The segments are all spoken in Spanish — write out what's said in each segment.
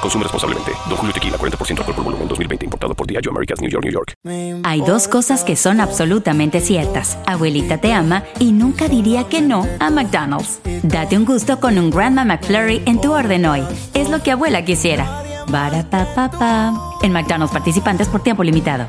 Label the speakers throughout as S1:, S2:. S1: Consume responsablemente. Don Julio Tequila, 40% alcohol por volumen, 2020. Importado por Diageo Americas, New York, New York.
S2: Hay dos cosas que son absolutamente ciertas. Abuelita te ama y nunca diría que no a McDonald's. Date un gusto con un Grandma McFlurry en tu orden hoy. Es lo que abuela quisiera. Barapapapa. En McDonald's participantes por tiempo limitado.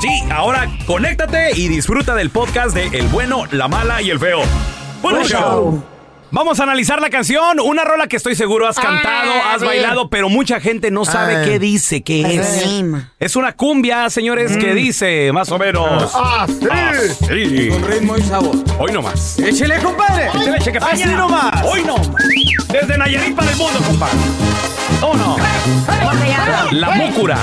S3: Sí, ahora conéctate y disfruta del podcast de El bueno, la mala y el feo. Bueno
S4: Buen
S3: show.
S4: show.
S3: Vamos a analizar la canción, una rola que estoy seguro has cantado,
S4: Ah,
S3: has
S4: sí.
S3: bailado, pero mucha gente no sabe
S4: Ah.
S3: qué dice, qué
S4: Ah,
S3: es.
S4: sí.
S3: Es una cumbia, señores,
S5: Mm.
S3: que dice más o menos.
S4: Ah, sí.
S3: Con ritmo y sabor. Hoy nomás.
S4: Échele, compadre.
S3: Échele, cheque,
S4: Así
S3: paña.
S4: nomás.
S3: Hoy no. Desde Nayarit para el mundo, compadre. ¿O no? La múcura.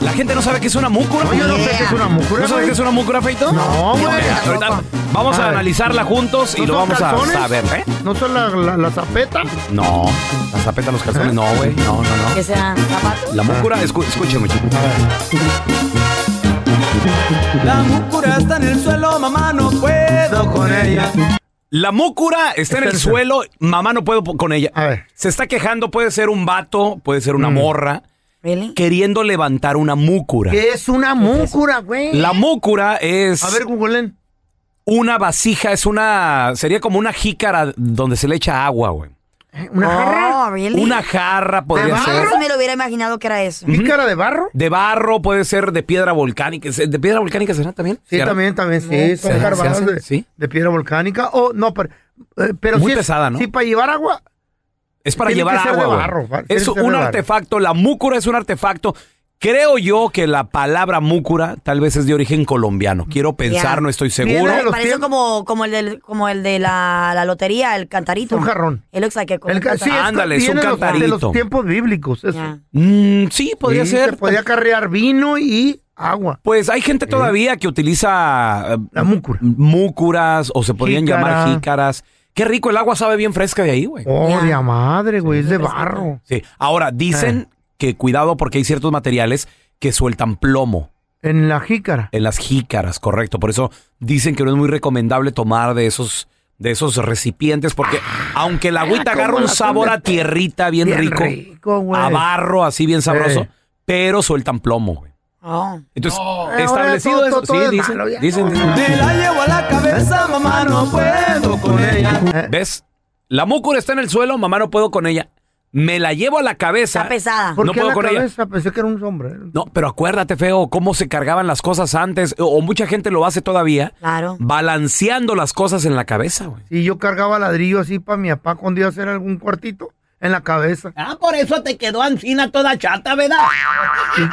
S3: La gente no sabe qué es una múcura.
S5: No, yo no sé qué es una múcura,
S3: ¿No sabes
S5: güey.
S3: qué es una múcura, Feito?
S5: No, güey.
S3: Mira, ahorita vamos a
S5: Ay.
S3: analizarla juntos y
S5: ¿No
S3: lo
S5: son
S3: vamos
S5: calzones?
S3: a saber, ¿eh?
S5: ¿No son la, la, la zapeta?
S3: No. Las tapetas, los calzones, no, güey. No, no, no.
S6: Que sean zapatos.
S3: La múcura, escu- escúchame, chico.
S4: La múcura está en el suelo, mamá, no puedo con ella.
S3: La múcura está en el
S5: Espérate.
S3: suelo, mamá no puedo po- con ella.
S5: A ver. Mm.
S3: Se está quejando, puede ser un vato, puede ser una morra,
S6: ¿Really?
S3: queriendo levantar una múcura.
S5: ¿Qué es una múcura, güey?
S3: La múcura es
S5: A ver, googleen.
S3: una vasija, es una. sería como una jícara donde se le echa agua, güey.
S5: ¿Una jarra?
S6: Oh, really?
S3: Una jarra podría
S5: ¿De
S3: ser.
S5: barro?
S6: Jamás me lo hubiera imaginado que era eso.
S5: ¿Pícara de barro?
S3: De barro, puede ser de piedra volcánica. ¿Es- ¿De piedra volcánica será también?
S5: Sí,
S3: ¿Será?
S5: también, también, sí.
S3: ¿se
S5: Son
S3: hace-
S5: carvadas
S3: se hace?
S5: de,
S3: Sí.
S5: de piedra volcánica. O, no, pero... eh, pero sí
S3: Muy
S5: es-
S3: pesada, ¿no?
S5: Sí, para llevar agua.
S3: Es para
S5: Tiene que
S3: llevar
S5: ser de
S3: agua. güey.
S5: barro, va- tiene
S3: es
S5: que ser
S3: un
S5: de barro.
S3: artefacto, la múcura es un artefacto. Creo yo que la palabra múcura tal vez es de origen colombiano. Quiero pensar,
S6: Ya.
S3: no estoy seguro.
S5: Viene de los
S6: Parece
S5: tiempos-
S6: como, como el del, como el de la, la lotería, el cantarito.
S5: Un jarrón.
S6: It looks like a- como
S5: El
S6: un
S5: ca- sí,
S6: cantarito.
S5: es-
S3: Ándale, es un
S5: viene de los- De
S3: cantarito.
S5: los tiempos bíblicos. eso.
S6: Ya.
S3: Mm, sí, podría
S5: Sí,
S3: ser.
S5: Se podía carrear vino y agua.
S3: Pues hay gente todavía que utiliza eh,
S5: La múcura.
S3: múcuras o se podrían
S5: Jícara.
S3: llamar jícaras. Qué rico, el agua sabe bien fresca de ahí, güey.
S5: Oh,
S6: Ya.
S5: de a madre, güey. Es de barro.
S3: Sí. Ahora,
S5: Eh.
S3: dicen que cuidado porque hay ciertos materiales que sueltan plomo
S5: En la jícara.
S3: en las jícaras, correcto. Por eso dicen que no es muy recomendable tomar de esos, de esos recipientes porque aunque la agüita
S5: Ah,
S3: agarra
S5: cómo
S3: un
S5: la
S3: sabor a
S5: suelta.
S3: tierrita bien,
S5: Bien
S3: rico,
S5: rico, güey.
S3: a barro así bien sabroso,
S5: Eh.
S3: pero sueltan plomo, güey.
S6: Oh.
S3: Entonces,
S5: Ahora
S3: establecido
S5: todo-
S3: eso,
S5: todo- todo es
S3: sí, dicen,
S5: malo, ya.
S3: dicen, dicen.
S4: Te la llevo a la cabeza, mamá, no puedo con ella.
S5: Eh,
S3: ¿Ves? La múcura está en el suelo, mamá no puedo con ella. Me la llevo a la cabeza.
S6: Está pesada.
S5: ¿Por
S3: no
S5: qué
S3: puedo
S5: la
S3: con ella.
S5: cabeza? Pensé que era un sombrero.
S3: No, pero acuérdate, feo, cómo se cargaban las cosas antes, o, o mucha gente lo hace todavía,
S6: Claro.
S3: balanceando las cosas en la cabeza, güey.
S5: Y yo cargaba ladrillo así para mi papá cuando iba a hacer algún cuartito en la cabeza.
S7: Ah,
S3: pues,
S7: por eso te quedó Ancina toda chata, ¿verdad?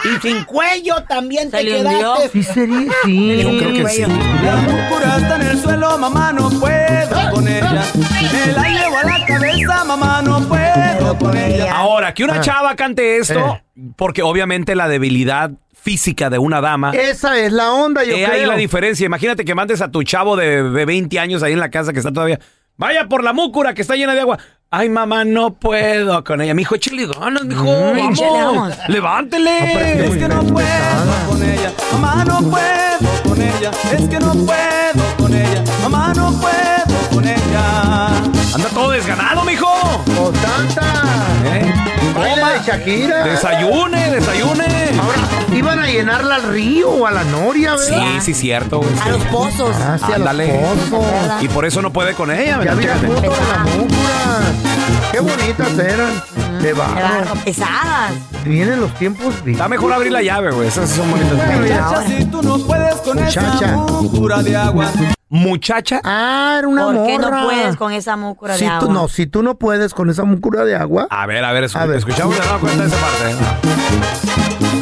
S7: Y sin cuello Pues también
S6: Se
S7: te
S6: le
S7: quedaste.
S5: Sí, sería, sí.
S3: Yo creo que sí.
S4: La múcura está en el suelo, mamá, no puedo con ella. Te la llevo a la cabeza, mamá, no puedo con ella.
S3: Ahora, que una
S5: Ah. Eh.
S3: chava cante esto, porque obviamente la debilidad física de una dama, Eh,
S5: Esa es la onda, yo
S3: es
S5: creo.
S3: ahí la diferencia. Imagínate que mandes a tu chavo de, de 20 años ahí en la casa que está todavía, Vaya por la múcura que está llena de agua. Ay, mamá, no puedo con ella. Mijo, échale ganas, mijo.
S6: Mm,
S3: vamos.
S6: échale, vamos.
S3: Levántele.
S8: Es que no puedo con ella, mamá no puedo con ella, es que no puedo con ella, mamá no puedo con ella.
S3: Anda todo desganado, mijo.
S5: ¡O tanta!
S3: ¿Eh?
S5: ¡Baila de Shakira!
S3: Desayune, desayune.
S5: Ahora, iban a llenarla al río o a la noria, ¿verdad?
S3: Sí, sí, cierto, güey.
S6: A los pozos.
S5: Ah, sí, a los
S3: Ándale.
S5: pozos.
S3: Y por eso no puede con ella,
S5: Ya
S3: ¿verdad?
S5: había
S3: Chécate.
S5: fotos de la múcura. ¡Qué bonitas eran! De
S6: Qué
S5: barro.
S6: barro, Pesadas.
S5: Vienen los tiempos
S3: Está
S5: bien.
S3: mejor abrir la llave, güey. Esas son bonitas.
S8: Muchacha, si tú no puedes con
S5: Muchacha.
S8: esa mucura de agua,
S3: Muchacha.
S5: Ah, era una
S6: ¿Por
S5: morra.
S6: qué no puedes con esa múcura
S5: si
S6: de agua?
S5: tú, No, si tú no puedes con esa mucura de agua.
S3: A ver, a ver, escu-
S5: A ver.
S3: escuchamos de nuevo cuenta esa parte. ¿eh?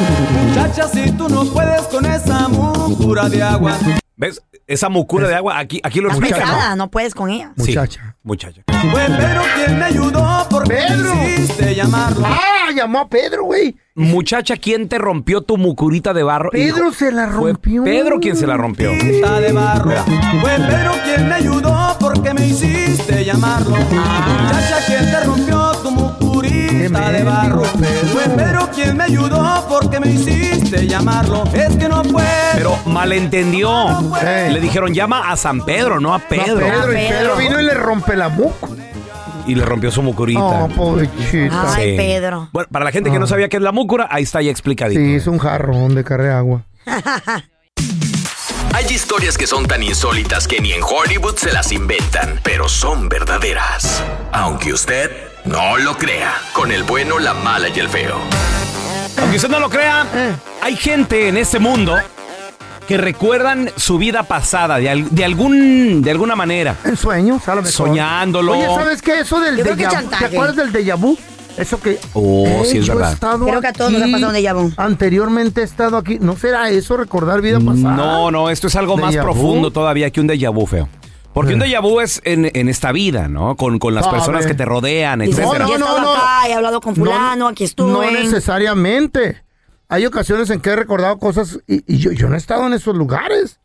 S3: ¿eh?
S8: muchacha, si tú no puedes con esa mucura de agua,
S3: ¿Ves? Esa mucura de agua, aquí, aquí lo
S6: Las
S3: escuchas.
S6: pesadas, no puedes con ella.
S3: Sí,
S5: Muchacha.
S3: muchacha.
S8: fue Pedro quien me ayudó porque
S5: Pedro.
S8: quisiste llamarlo.
S5: ¡Ah! Llamó a Pedro, güey.
S3: Muchacha, ¿quién te rompió tu mucurita de barro?
S5: Pedro
S3: Hijo,
S5: se la
S3: fue
S5: rompió.
S3: Pedro quien se la rompió.
S8: Está de barro, fue Pedro quien me ayudó porque me hiciste llamarlo. Muchacha quien te rompió tu
S5: Qué
S8: mucurita de
S5: mendigo,
S8: barro,
S5: Pedro.
S8: fue Pedro quien me ayudó porque me hiciste llamarlo. Es que no puedo.
S3: Pero malentendió.
S5: Eh.
S3: Le dijeron, llama a San Pedro, no a Pedro.
S5: A Pedro, y
S6: Pedro.
S5: Pedro vino y le rompe la mucura.
S3: Y le rompió su mucurita.
S5: Oh, Ah. pobrecita.
S6: Ay, Pedro.
S3: Bueno, para la gente que no sabía qué es la mucura, ahí está ya explicadito.
S5: Sí, es un jarrón de carre agua.
S9: Hay historias que son tan insólitas que ni en Hollywood se las inventan, pero son verdaderas. Aunque usted no lo crea, con el bueno, la mala y el feo.
S3: Aunque usted no lo crea,
S5: Eh.
S3: hay gente en este mundo que recuerdan su vida pasada de, al- de algún de alguna manera.
S5: En sueños, a lo mejor.
S3: Soñándolo.
S5: Oye, ¿sabes qué? Eso del
S6: Yo creo que
S5: déjà vu. ¿Te
S6: chantaje.
S5: acuerdas del déjà vu? Eso que.
S3: Oh, sí, es
S5: yo he
S3: verdad.
S5: estado
S6: Creo que a todos nos ha
S5: aquí,
S6: pasado un déjà vu.
S5: Anteriormente he estado aquí. ¿No será eso recordar vida pasada?
S3: No, no, esto es algo más
S5: ¿Déjà vu?
S3: profundo todavía que un déjà vu, feo. Porque
S5: Eh.
S3: un déjà vu es en, en esta vida, ¿no? Con, con las
S5: Sabe.
S3: personas que te rodean,
S6: Dices,
S3: etcétera.
S5: no,
S6: ya he estado
S5: no, no.
S6: acá, he hablado con fulano,
S5: No-
S6: aquí estuve.
S5: No necesariamente. Hay ocasiones en que he recordado cosas y, y yo, yo no he estado en esos lugares.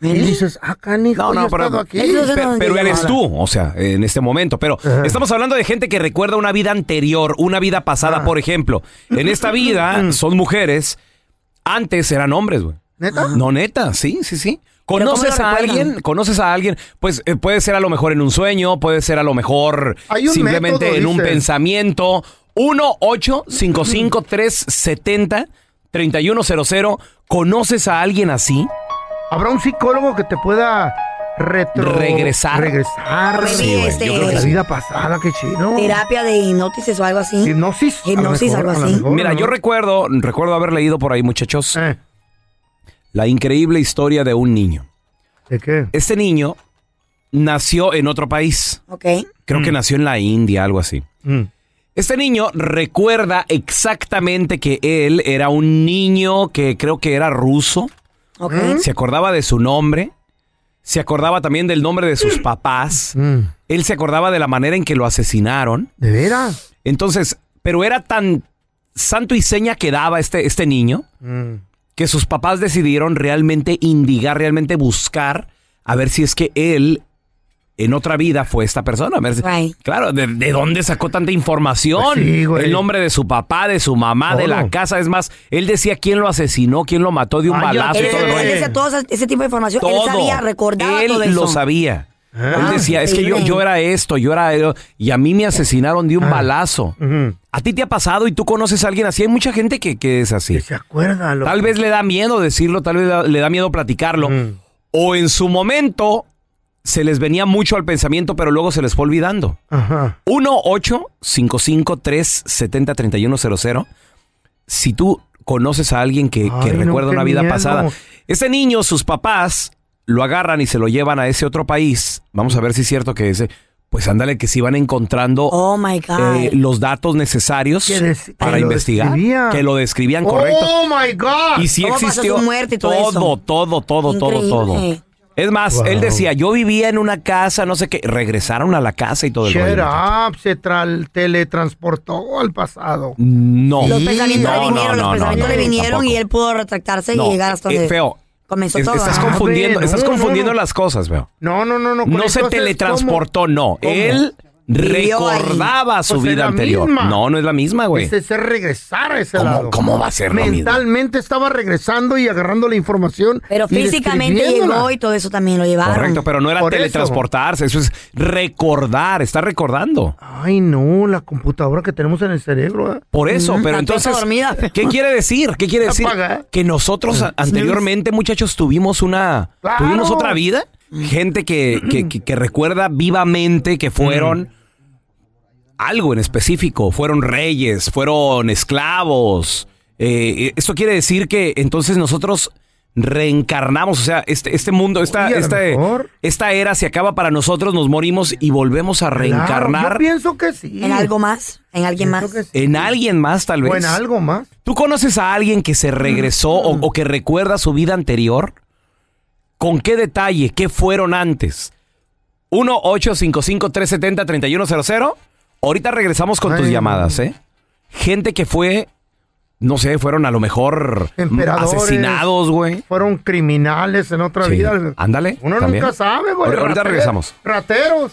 S5: Y
S6: ¿Eh?
S5: dices, ah, canijo,
S3: No, no,
S5: yo he
S3: pero-
S5: estado aquí.
S6: Eso
S3: Pe-
S6: no
S3: Pero,
S6: es un
S3: eres
S6: déjà vu.
S3: tú, o sea, en este momento. Pero
S5: Ajá.
S3: estamos hablando de gente que recuerda una vida anterior, una vida pasada, por ejemplo. En esta
S5: Mm.
S3: vida son mujeres, antes eran hombres, güey.
S5: ¿Neta?
S3: No, neta, sí, sí, sí.
S6: cómo
S3: ¿Conoces
S6: lo
S3: a
S6: recuerdan?
S3: alguien? ¿Conoces a alguien? Pues eh, puede ser a lo mejor en un sueño, puede ser a lo mejor
S5: Hay un
S3: simplemente
S5: método,
S3: en un
S5: dice.
S3: pensamiento. 1 8 55 370 3100 ¿Conoces a alguien así?
S5: ¿Habrá un psicólogo que te pueda retro...
S3: Regresar.
S5: Regresar.
S6: Sí, güey, este- yo creo que
S5: La
S6: sí.
S5: vida pasada, qué chido.
S6: Terapia de hipnosis o algo así.
S5: Hipnosis. a lo
S6: Hipnosis,
S5: mejor,
S6: algo
S5: a lo
S6: así.
S5: mejor,
S3: Mira,
S5: a lo
S3: yo
S5: mejor.
S3: recuerdo, recuerdo haber leído por ahí, muchachos,
S5: Eh,
S3: la increíble historia de un niño.
S5: ¿De qué?
S3: Este niño nació en otro país.
S6: Ok.
S3: Creo que nació en la India, algo así.
S5: Mm.
S3: Este niño recuerda exactamente que él era un niño que creo que era ruso. Mm.
S6: Ok.
S3: Se acordaba de su nombre. Se acordaba también del nombre de sus papás.
S5: Mm.
S3: Él se acordaba de la manera en que lo asesinaron.
S5: ¿De veras?
S3: Entonces, pero era tan santo y seña que daba este, este niño
S5: Mm.
S3: que sus papás decidieron realmente indigar, realmente buscar a ver si es que él en otra vida fue esta persona. A ver si-
S6: Right.
S3: Claro, ¿de, de dónde sacó tanta información?
S5: Pues sí, güey.
S3: el nombre de su papá, de su mamá, de
S5: Todo.
S3: la casa. Es más, él decía quién lo asesinó, quién lo mató de un
S5: Ay, ya sé.
S3: balazo. y
S6: Él,
S3: todo el
S6: él
S3: rollo.
S6: decía todo ese- ese tipo de información. Él
S3: Todo.
S6: sabía, recordaba
S3: Él
S6: todo eso.
S3: lo sabía.
S5: Ah,
S3: Él decía, es que yo, yo era esto, yo era... Y a mí me asesinaron de un balazo.
S5: Ah, Ujú.
S3: ¿A ti te ha pasado y tú conoces a alguien así? Hay mucha gente que, que es así.
S5: Que se acuerda. Lo...
S3: Tal vez le da miedo decirlo, tal vez da- le da miedo platicarlo.
S5: Mm.
S3: O en su momento se les venía mucho al pensamiento, pero luego se les fue olvidando.
S5: Ajá.
S3: 1 8 70 3100 Si tú conoces a alguien que, que
S5: Ay, no,
S3: recuerda
S5: qué
S3: una vida
S5: miedo.
S3: pasada. Ese niño, sus papás lo agarran y se lo llevan a ese otro país. Vamos a ver si es cierto que ese... Pues ándale, que se iban encontrando
S6: Oh my God.
S3: eh, los datos necesarios
S5: Que des-
S3: para
S5: que lo
S3: investigar.
S5: describían.
S3: Que lo describían correcto.
S5: ¡Oh, my God!
S3: Y sí
S6: ¿Cómo pasó
S3: existió
S6: su muerte y todo
S3: todo,
S6: eso?
S3: todo, todo, todo,
S6: Increíble.
S3: todo. Es más,
S5: Wow.
S3: él decía, yo vivía en una casa, no sé qué, regresaron a la casa y todo el
S5: Shut
S3: rollo.
S5: up, se tra- teletransportó al pasado.
S3: No.
S6: Los pensamientos
S3: no,
S6: le vinieron,
S3: no,
S6: los
S3: no,
S6: pensamientos
S3: no,
S6: le vinieron
S3: tampoco.
S6: y él pudo retractarse
S3: No,
S6: y llegar hasta
S3: eh,
S6: donde.
S3: feo.
S6: comenzó
S3: Es-
S6: todo.
S3: estás
S6: Ah,
S3: confundiendo,
S5: hombre,
S3: estás
S5: no, no,
S3: confundiendo
S5: no.
S3: las cosas, veo.
S5: No, no, no, no.
S3: No
S5: con
S3: se
S5: entonces,
S3: teletransportó,
S5: ¿cómo?
S3: no.
S5: ¿Cómo?
S3: Él
S6: Vivió ahí.
S3: recordaba su
S5: Pues es
S3: vida
S5: la
S3: anterior.
S5: misma.
S3: No, no es la misma, güey.
S5: Ese es regresar a ese
S3: ¿Cómo-
S5: lado.
S3: cómo va a ser lo mismo?
S5: Mentalmente estaba regresando y agarrando la información.
S6: Pero
S5: y
S6: físicamente
S5: describiéndola.
S6: llegó y todo eso también lo llevaron.
S3: Correcto, pero no era
S5: Por eso.
S3: teletransportarse, eso. es recordar, está recordando.
S5: Ay, no, la computadora que tenemos en el cerebro. ¿eh?
S3: Por eso, pero
S6: la
S3: entonces,
S6: pesa dormida.
S3: ¿qué quiere decir? ¿Qué quiere decir?
S5: Apaga. ¿eh?
S3: Que nosotros a- anteriormente, muchachos, tuvimos una,
S5: Claro.
S3: tuvimos otra vida. Gente que, que- que- que recuerda vivamente que fueron algo en específico, fueron reyes, fueron esclavos. Eh, eh, esto quiere decir que entonces nosotros reencarnamos, o sea, este, este mundo, esta,
S5: Sí, a lo
S3: esta,
S5: mejor.
S3: esta era se acaba para nosotros, nos morimos y volvemos a
S5: Claro,
S3: reencarnar
S5: yo pienso que sí.
S6: En algo más, en alguien más.
S5: Pienso que sí.
S3: en alguien más tal vez.
S5: O en algo más. Mm.
S3: ¿Tú conoces a alguien que se regresó o, o que recuerda su vida anterior? ¿Con qué detalle? ¿Qué fueron antes? 1-855-370-3100. Ahorita regresamos con tus
S5: Ay.
S3: llamadas, ¿eh? Gente que fue, no sé, fueron a lo mejor mm,
S5: Emperadores.
S3: asesinados, güey.
S5: Fueron criminales en otra
S3: Sí,
S5: vida.
S3: ándale,
S5: Uno
S3: también.
S5: nunca sabe, güey.
S3: Ahorita- ahorita
S5: Rater-
S3: regresamos.
S5: Rateros.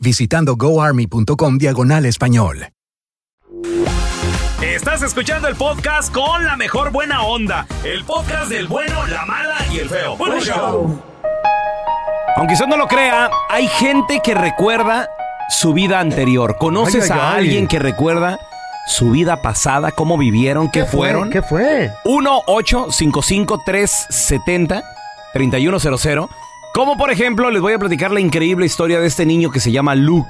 S10: Visitando goarmy.com diagonal español.
S3: Estás escuchando el podcast con la mejor buena onda. El podcast del bueno, la mala y el feo. Bueno, show. Aunque usted no lo crea, hay gente que recuerda su vida anterior.
S5: Ay,
S3: ¿Conoces
S5: ay,
S3: a
S5: ay.
S3: alguien que recuerda su vida pasada? ¿Cómo vivieron? ¿Qué, fueron?
S5: ¿Qué fue?
S3: 1-855-370-3100. Como por ejemplo, les voy a platicar la increíble historia de este niño que se llama Luke.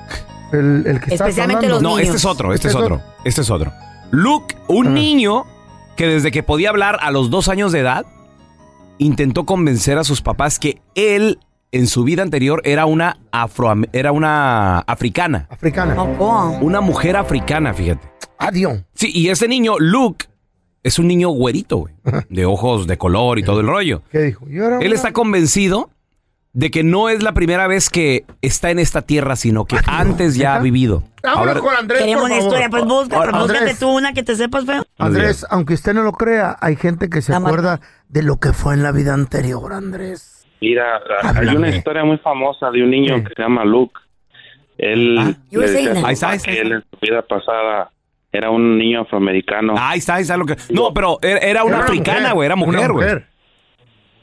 S5: El, el que estás
S6: Especialmente
S5: hablando.
S6: los
S3: No,
S6: niños.
S3: este es otro,
S5: Este
S3: este, es
S5: es
S3: otro, este es otro. Luke, un niño que desde que podía hablar a los dos años de edad, intentó convencer a sus papás que él, en su vida anterior, era una afro, era una africana.
S5: Africana.
S6: No, ¿cómo?
S3: Una mujer africana, fíjate.
S5: Adiós.
S3: Sí, y este niño, Luke, es un niño güerito, güey. De ojos de color y todo el rollo.
S5: ¿Qué dijo? Yo era
S3: Él
S5: una-
S3: está convencido de que no es la primera vez que está en esta tierra, sino
S5: Ah,
S3: que antes ya ha vivido.
S5: Vámonos
S3: Ahora-
S5: con Andrés,
S6: Queremos
S5: por
S6: una
S5: favor.
S6: historia, pues busca,
S5: Ahora,
S6: pues, búscate
S5: Andrés.
S6: tú una que te sepas, feo.
S5: Andrés, aunque usted no lo crea, hay gente que se
S6: La mar-
S5: acuerda de lo que fue en la vida anterior, Andrés.
S4: Mira, hay
S5: Háblame.
S4: una historia muy famosa de un niño que se llama Luke. Él
S3: Ah,
S4: le
S6: USA
S4: decía a su
S6: now.
S3: Ahí está,
S4: papá
S3: ahí
S4: que
S3: está, ahí
S4: él en su vida pasada era un niño afroamericano.
S3: Ahí está, ahí está lo que. No, pero era, era una
S5: Era
S3: africana,
S5: mujer,
S3: güey. Era mujer, güey.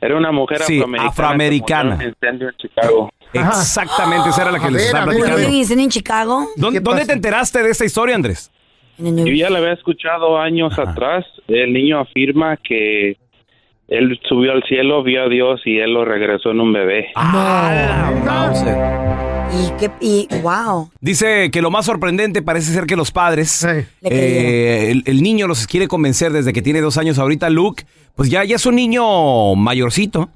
S4: Era una mujer
S3: Sí,
S4: afroamericana.
S3: afroamericana.
S4: que murió en un incendio en Chicago.
S5: Ajá.
S3: Exactamente, esa era la que
S5: A
S3: les
S5: ver,
S3: estaba
S5: a ver, a
S6: ¿Murió
S3: platicando.
S6: en incendio en Chicago?
S3: ¿Dó- ¿Dónde,
S5: ¿Qué pasa?
S3: te enteraste de esta historia, Andrés?
S6: En el
S4: Yo
S6: New-
S4: ya la había escuchado años atrás. El niño afirma que él subió al cielo, vio a Dios y él lo regresó en un bebé.
S5: Oh.
S3: Ah, Mauser.
S6: Y qué, y wow.
S3: Dice que lo más sorprendente parece ser que los padres,
S5: Sí.
S6: Le
S3: eh, el, el niño los quiere convencer desde que tiene dos años. Ahorita Luke, pues ya, ya es un niño mayorcito.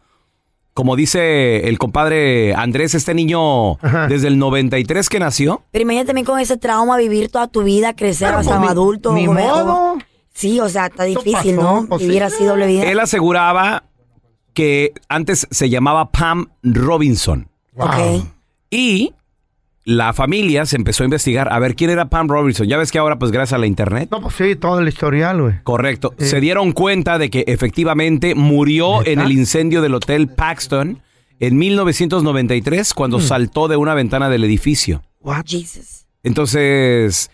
S3: Como dice el compadre Andrés, este niño
S5: Ajá.
S3: desde el 93 que nació,
S6: Pero imagínate también con ese trauma vivir toda tu vida, crecer
S5: Pero,
S6: hasta
S5: pues, ni-
S6: adulto.
S5: Ni
S6: güey, o-
S5: modo. pues
S6: Sí, o sea, está difícil, ¿no? Vivir así doble vida.
S3: Él aseguraba que antes se llamaba Pam Robinson. Y la familia se empezó a investigar a ver quién era Pam Robinson. Ya ves que ahora, pues gracias a la internet.
S5: No, pues eh. sí, todo el historial, güey.
S3: Correcto. Se dieron cuenta de que efectivamente murió en el incendio del Hotel Paxton en 1993
S5: Hmm.
S3: cuando saltó de una ventana del edificio.
S6: What? Jesus.
S3: Entonces,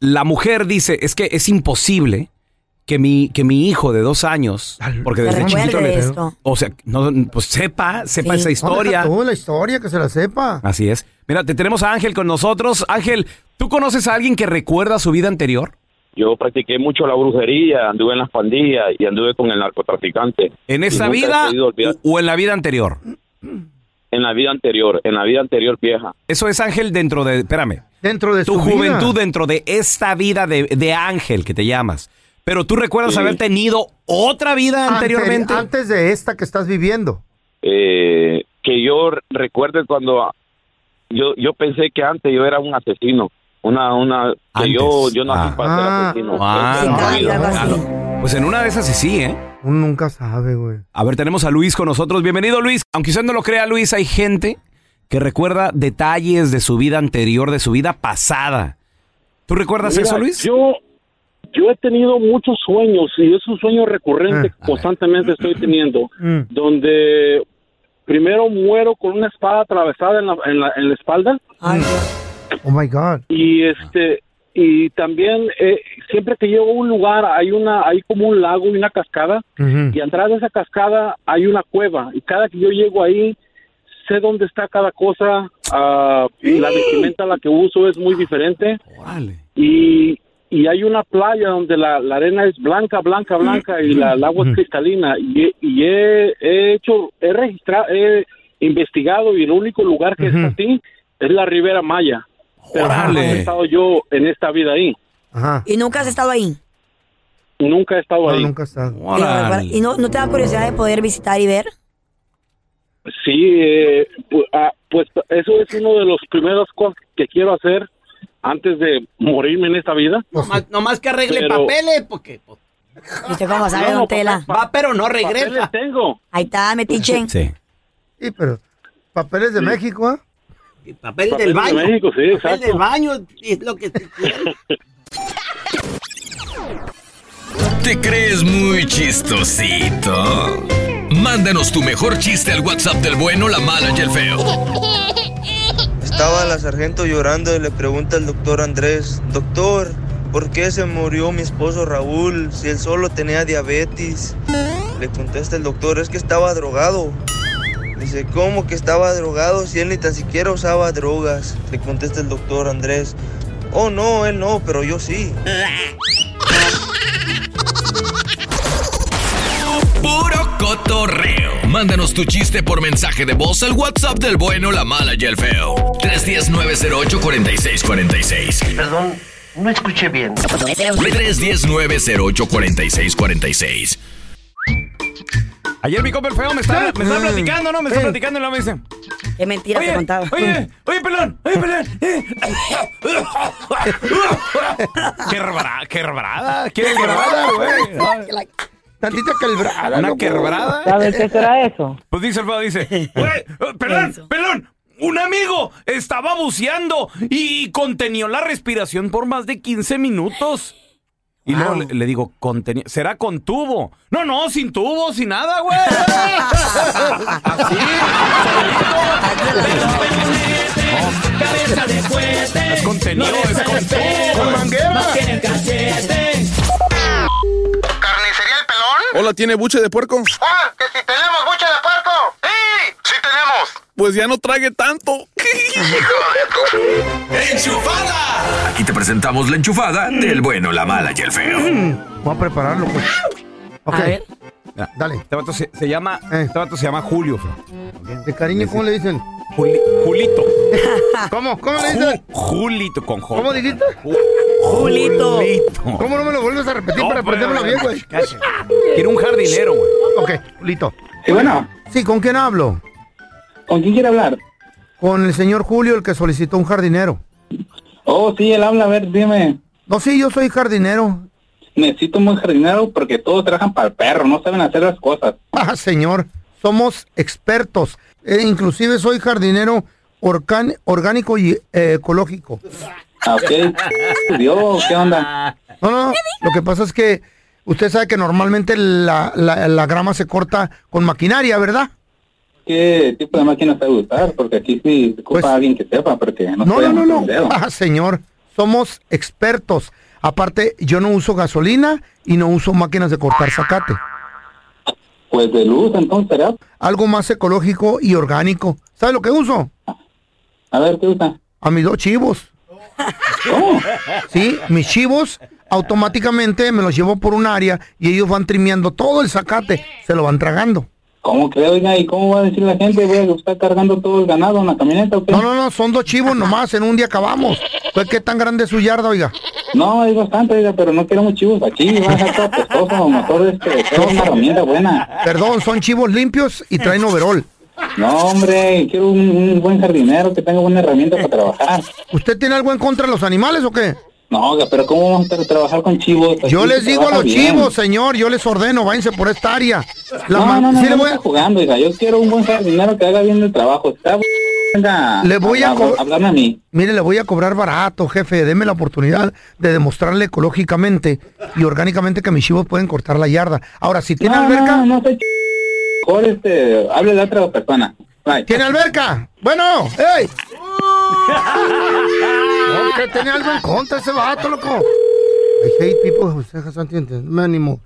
S3: la mujer dice, es que es imposible que mi, que mi hijo de dos años, porque
S5: que
S3: desde
S5: recuerde
S3: chiquito le...
S5: esto.
S3: O sea, no, pues sepa, sepa esa historia.
S5: Toda la historia, que se la sepa.
S3: Así es. Mira, te tenemos a Ángel con nosotros. Ángel, ¿tú conoces a alguien que recuerda su vida anterior?
S8: Yo practiqué mucho la brujería, anduve en las pandillas y anduve con el narcotraficante.
S3: ¿En
S8: Y
S3: esa
S8: nunca he
S3: vida
S8: podido olvidar-
S3: o en la vida anterior?
S8: En la vida anterior, en la vida anterior vieja.
S3: Eso es Ángel dentro de, espérame,
S5: Dentro de
S3: tu
S5: su vida.
S3: juventud dentro de esta vida de, de Ángel que te llamas. Pero tú recuerdas
S5: Sí.
S3: haber tenido otra vida
S5: Anteri-
S3: anteriormente.
S5: Antes de esta que estás viviendo.
S8: Eh, que yo recuerde cuando yo yo pensé que antes yo era un asesino, una una que yo yo nací
S3: Ah.
S8: para ser
S5: Ah.
S8: asesino. Esa es mi vida.
S3: Pues en una de esas sí, sí, ¿eh?
S5: Uno nunca sabe, güey.
S3: A ver, tenemos a Luis con nosotros. Bienvenido, Luis. Aunque usted no lo crea, Luis, hay gente que recuerda detalles de su vida anterior, de su vida pasada. ¿Tú recuerdas
S11: Mira,
S3: eso, Luis?
S11: Yo, yo he tenido muchos sueños y es un sueño recurrente
S3: Ah,
S11: que constantemente estoy teniendo,
S12: Mm.
S11: donde primero muero con una espada atravesada en la, en la, en la espalda
S5: Oh my God.
S11: y este y también eh, siempre que llego a un lugar hay una hay como un lago y una cascada
S5: Ujú.
S11: y atrás de esa cascada hay una cueva y cada que yo llego ahí sé dónde está cada cosa ah, y la vestimenta la que uso es muy diferente y, y hay una playa donde la, la arena es blanca blanca blanca y la, el agua es cristalina y, he- y he, he hecho he registrado he investigado y el único lugar que es así es la Ribera Maya pero
S3: ¡Órale!
S11: jamás he estado yo en esta vida ahí
S6: ¿Y nunca has estado ahí?
S11: nunca he estado ahí nunca
S5: he estado
S6: ¿Y no, no te da curiosidad de poder visitar y ver?
S11: Sí, eh, pu- ah, pues, eso es uno de los primeros cosas que quiero hacer antes de morirme en esta vida.
S13: Nomás, nomás que arregle
S11: Pero-
S13: papeles, porque.
S3: pues,
S6: ¿Y usted cómo sabe,
S13: No,
S6: don Tela?
S13: papá, Va, pero no regresa. papeles
S11: tengo.
S6: Ahí está, metiche.
S3: Sí.
S5: Sí, pero papeles de
S6: Sí.
S5: México, ¿ah?
S13: Papel, del baño. papel del baño es lo que te quieren.
S9: ¿Te crees muy chistosito? Mándanos tu mejor chiste al WhatsApp del bueno, la mala y el feo.
S14: Estaba la sargento llorando y le pregunta al doctor Andrés, doctor, ¿por qué se murió mi esposo Raúl si él solo tenía diabetes? Le contesta el doctor, es que estaba drogado. Dice, ¿cómo que estaba drogado si él ni tan siquiera usaba drogas? Le contesta el doctor Andrés, oh no, él no, pero yo sí.
S9: Puro cotorreo. Mándanos tu chiste por mensaje de voz al WhatsApp del bueno, la mala y el feo. 319-08-4646.
S15: Perdón, no escuché bien.
S9: 319-08-4646.
S3: Ayer mi compa el feo me está, me está platicando, ¿no? Me está
S6: Sí.
S5: Eh.
S3: platicando y luego me dice...
S6: Qué mentira te contaba.
S3: Oye, oye, pelón, oye, pelón. eh. qué rebrada, qué rebrada, qué rebrada, güey.
S5: Tantita quebrada.
S3: Una quebrada.
S16: ¿Sabes qué será eso?
S3: Pues dice el feo, dice, "Güey, oh, pelón, pelón, un amigo estaba buceando y contenió la respiración por más de 15 minutos. Y luego le, le digo, "Contenió- ¿será con tubo? No, no, sin tubo, sin nada, güey.
S4: Cabeza de fuerte. Es contenido, es contenido.
S17: Con manguera.
S4: No tienen cachete.
S17: Hola, ¿tiene buche de puerco?
S18: ¡Ah! ¡Que si tenemos buche de puerco! ¡Sí! ¡Sí tenemos!
S17: Pues ya no trague tanto.
S9: Aquí te presentamos la enchufada del bueno, la mala y el feo.
S5: Voy a prepararlo, pues. Ok. Eh.
S3: Dale. Este vato se, se llama, este vato se llama Julio, feo.
S5: De cariño, ¿cómo le dicen?
S3: Julito.
S5: ¿Cómo? ¿Cómo le dicen?
S3: Julito con J.
S5: ¿Cómo dijiste?
S3: Julito.
S5: ¿Cómo no me lo vuelves a repetir
S3: No,
S5: para
S3: pero-
S5: aprendérmelo bien, güey?
S3: Quiero un jardinero, güey.
S5: Ok, Julito.
S18: Sí, bueno.
S5: Sí, ¿con quién hablo?
S18: ¿Con quién quiere hablar?
S5: Con el señor Julio, el que solicitó un jardinero.
S18: Oh, sí, él habla, a ver, dime.
S5: No, sí, yo soy jardinero.
S19: necesito un buen jardinero Pues porque todos trabajan para el perro, no saben hacer las cosas.
S5: Ah, señor, somos expertos. Eh, inclusive soy jardinero orcan- orgánico y eh, ecológico.
S19: Ah, ok. Estudió, ¿qué onda?
S5: No, no, lo que pasa es que usted sabe que normalmente la, la- la grama se corta con maquinaria, ¿verdad?
S19: ¿Qué tipo de máquina te va a gustar? Porque aquí sí se ocupa alguien que sepa, porque no,
S5: Pues- No, no,
S19: sabemos
S5: no, no.
S19: un dedo.
S5: Ah, señor, somos expertos. Aparte, yo no uso gasolina y no uso máquinas de cortar zacate.
S19: Pues de luz, entonces, ¿verdad?
S5: Algo más ecológico y orgánico. ¿Sabe lo que uso?
S19: A ver, ¿qué usa?
S5: A mis dos chivos. Sí, mis chivos automáticamente me los llevo por un área y ellos van trimeando todo el zacate, se lo van tragando.
S19: ¿Cómo que, oiga, y cómo va a decir la gente? Voy a estar cargando todo el ganado en la camioneta, ¿o qué?
S5: No, no, no, son dos chivos nomás, en un día acabamos. Pues qué tan grande es su yarda, oiga.
S19: No, es bastante, oiga, pero no queremos chivos aquí, va a ser todo apestoso, mejor este, que sea una herramienta buena.
S5: Perdón, son chivos limpios y traen overol.
S19: No, hombre, quiero un, un buen jardinero que tenga buena herramienta para trabajar.
S5: ¿Usted tiene algo en contra de los animales o qué?
S19: No, oiga, pero ¿cómo vamos a tra- trabajar con chivos? Aquí
S5: Yo
S19: se
S5: les digo a
S19: trabaja
S5: los
S19: bien.
S5: chivos, señor, yo les ordeno, váyanse por esta área. La
S19: no,
S5: ma-
S19: no, no,
S5: sí
S19: no,
S5: le voy
S19: no
S5: a-
S19: está jugando, oiga, yo quiero un buen jardinero que haga bien el trabajo. Está bu- venga,
S5: Le voy a co-
S19: hablarme a mí.
S5: Mire, le voy a cobrar barato, jefe. Deme la oportunidad de demostrarle ecológicamente y orgánicamente que mis chivos pueden cortar la yarda. Ahora, si tiene
S19: No,
S5: alberca,
S19: no, no, se ch- mejor este, hable de otra persona. Bye.
S5: tiene alberca. Bueno, ¡ey! No, que tiene algo en contra ese vato, loco. I hate people who say has something. Me animo.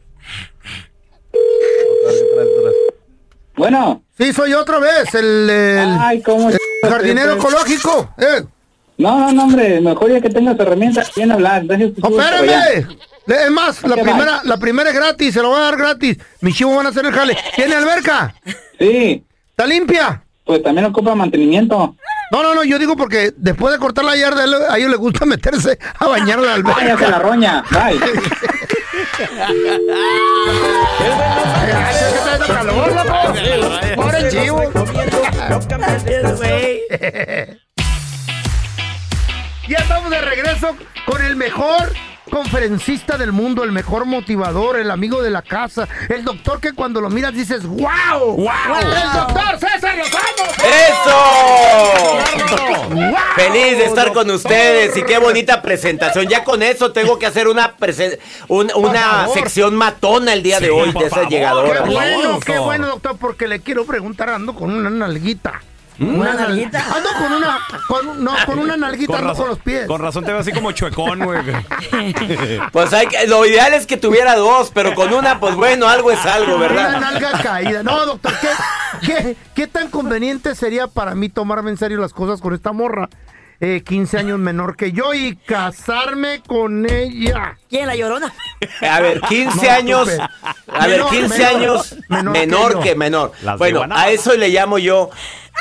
S19: Bueno.
S5: Sí, soy otra vez el, el-
S19: Ay, cómo
S5: el
S19: ch-
S5: jardinero
S19: te-
S5: ecológico. eh.
S19: No, no, no, hombre, mejor ya que tengas herramientas, bien hablar. Deje tus chivos, pero ya.
S5: ¡Espérame! Le- Es más, la
S19: Ok,
S5: primera,
S19: bye.
S5: la primera es gratis, se lo voy a dar gratis. Mis chivos van a hacer el jale. ¿Tiene alberca?
S19: Sí.
S5: ¿Está limpia?
S19: Pues también ocupa mantenimiento.
S5: No, no, no, yo digo porque después de cortar la yarda, él- a ellos les gusta meterse a bañar la alberca.
S19: Váyase la roña. Bye.
S5: Pobre chivo. Ya estamos de regreso con el mejor conferencista del mundo, el mejor motivador, el amigo de la casa, el doctor que cuando lo miras dices ¡Wow!
S13: ¡Guau!
S5: ¡El doctor César Lozano!
S13: ¡Eso! Feliz de estar con ustedes y qué bonita presentación. Ya con eso tengo que hacer una presen- un- una sección matona el día de
S5: Sí,
S13: hoy
S5: por
S13: de esas
S5: favor,
S13: llegadoras.
S5: Qué bueno, qué bueno, doctor, porque le quiero preguntar, ando con una nalguita.
S13: ¿Mm? ¿Una
S5: nal-
S13: nalguita?
S5: Ando con una, con, un- no, con una nalguita, ando
S13: razón-
S5: con los pies.
S13: con
S3: Razón te ve así como chuecón, güey.
S13: Pues hay que- lo ideal es que tuviera dos, pero con una, pues bueno, algo es algo,
S5: Una
S13: ¿verdad?
S5: nalga caída. No, doctor, ¿qué, qué, qué tan conveniente sería para mí tomarme en serio las cosas con esta morra? eh, 15 años menor que yo y casarme con ella.
S6: ¿Quién la llorona?
S13: A ver, 15
S5: No,
S13: años.
S5: Tupe.
S13: A ver,
S5: Menor,
S13: 15
S5: menor,
S13: años
S5: menor
S13: menor,
S5: que yo.
S13: que, menor.
S5: Las
S13: bueno,
S5: de
S13: a eso le llamo yo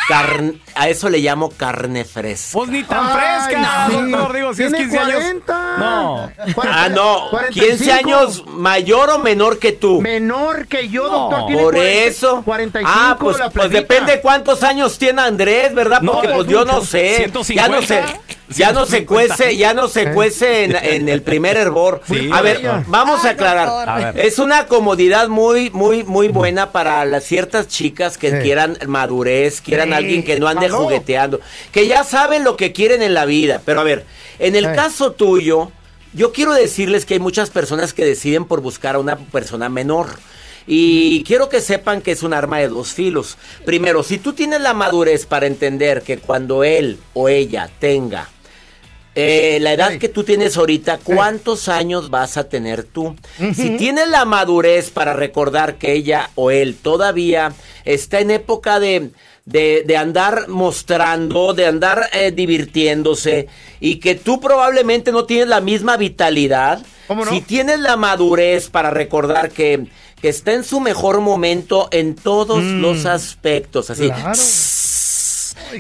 S13: carne, a eso le llamo carne fresca.
S3: Pues ni tan fresca, doctor. Digo, si es 15 años. No.
S13: Ah, no, 15 años mayor o menor que tú.
S5: Menor que yo, doctor. tiene
S13: Por
S5: 40
S13: eso.
S5: 45
S13: ah, pues,
S5: la
S13: pues
S5: plebita.
S13: depende cuántos años tiene Andrés, ¿verdad?
S5: No,
S13: Porque
S5: es
S13: pues yo
S5: mucho.
S13: no sé. Ya no sé.
S5: 150.
S13: Ya no se cuece, ya no
S5: Eh.
S13: se cuece en, en el primer hervor.
S3: Sí,
S13: a ver,
S3: doctor.
S13: vamos a
S3: doctor.
S13: aclarar.
S3: A ver.
S13: Es una comodidad muy, muy, muy buena para las ciertas chicas que
S3: Sí.
S13: quieran madurez, quieran
S3: Sí.
S13: alguien que no ande
S3: Aló.
S13: jugueteando, que ya saben lo que quieren en la vida. Pero a ver, en el
S3: Sí.
S13: caso tuyo, yo quiero decirles que hay muchas personas que deciden por buscar a una persona menor. Y quiero que sepan que es un arma de dos filos. Primero, si tú tienes la madurez para entender que cuando él o ella tenga eh, la edad que tú tienes ahorita, ¿cuántos años vas a tener tú? Si tienes la madurez para recordar que ella o él todavía está en época de, de- de andar mostrando, de andar eh, divirtiéndose, y que tú probablemente no tienes la misma vitalidad, si tienes la madurez para recordar que, que está en su mejor momento en todos los aspectos, así.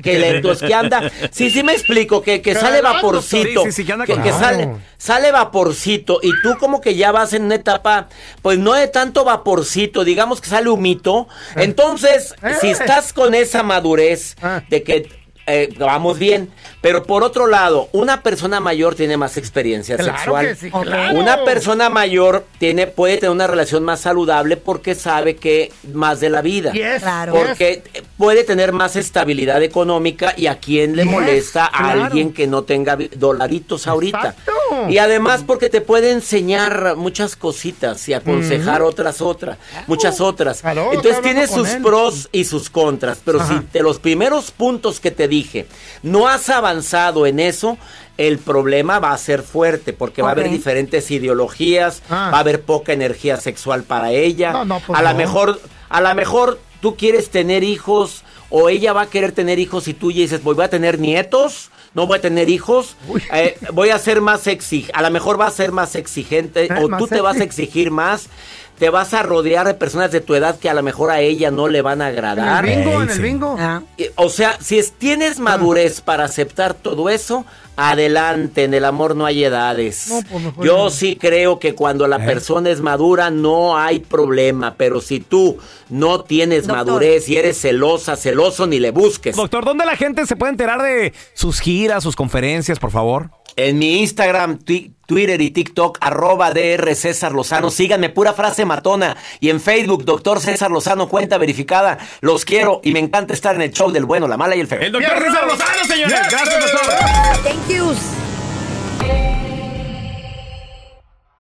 S13: Que lentos, que anda. Sí, sí me explico, que, que sale
S3: Caramba,
S13: vaporcito.
S3: sí, sí, sí, que anda
S13: que,
S3: con-
S13: que
S3: Claro.
S13: sale, sale vaporcito. Y tú como que ya vas en una etapa, pues no de tanto vaporcito,
S3: Eh. Ah.
S13: digamos que sale humito. Entonces, si estás con esa madurez de que eh, vamos bien. Pero por otro lado, una persona mayor tiene más experiencia
S20: Claro
S13: sexual.
S20: que sí, claro.
S13: Una persona mayor tiene, puede tener una relación más saludable porque sabe que más de la vida.
S20: Yes, Claro.
S13: Porque puede tener más estabilidad económica y a quién le
S20: Yes,
S13: molesta a
S20: claro.
S13: alguien que no tenga vi- dolaritos ahorita.
S20: Exacto.
S13: Y además porque te puede enseñar muchas cositas y aconsejar
S20: Ujú.
S13: otras otras, muchas otras.
S20: estoy
S13: Entonces tiene
S20: hablando
S13: sus
S20: con él.
S13: pros y sus contras, pero
S20: Ajá.
S13: si de los primeros puntos que te dije no has avanzado en eso, el problema va a ser fuerte porque va a haber
S20: Ok.
S13: diferentes ideologías,
S20: Ah.
S13: va a haber poca energía sexual para ella.
S20: No, no, pues
S13: a lo
S20: no.
S13: mejor a lo mejor tú quieres tener hijos o ella va a querer tener hijos y tú ya dices, voy voy a tener nietos, no voy a tener hijos, eh, voy a ser más exigente, a lo mejor va a ser más exigente
S20: Eh,
S13: o
S20: más
S13: tú te vas a exigir más, te vas a rodear de personas de tu edad que a lo mejor a ella no le van a agradar.
S5: bingo, en el bingo.
S6: Ah.
S5: Ah.
S13: Eh, O sea, si es- tienes madurez para aceptar todo eso, adelante, en el amor no hay edades.
S5: No, pues mejor
S13: Yo
S5: no.
S13: sí creo que cuando
S3: Eh.
S13: la persona es madura no hay problema, pero si tú no tienes
S3: Doctor.
S13: madurez y eres celosa, celoso, ni le busques.
S3: Doctor, ¿dónde la gente se puede enterar de sus giras, sus conferencias, por favor?
S13: En mi Instagram, twi- Twitter y TikTok, arroba DR César Lozano. Síganme, pura frase matona. Y en Facebook, Doctor César Lozano, cuenta verificada. Los quiero y me encanta estar en el show del bueno, la mala y el feo. El
S3: doctor César Lozano, señores. Gracias, doctor.
S6: Thank yous.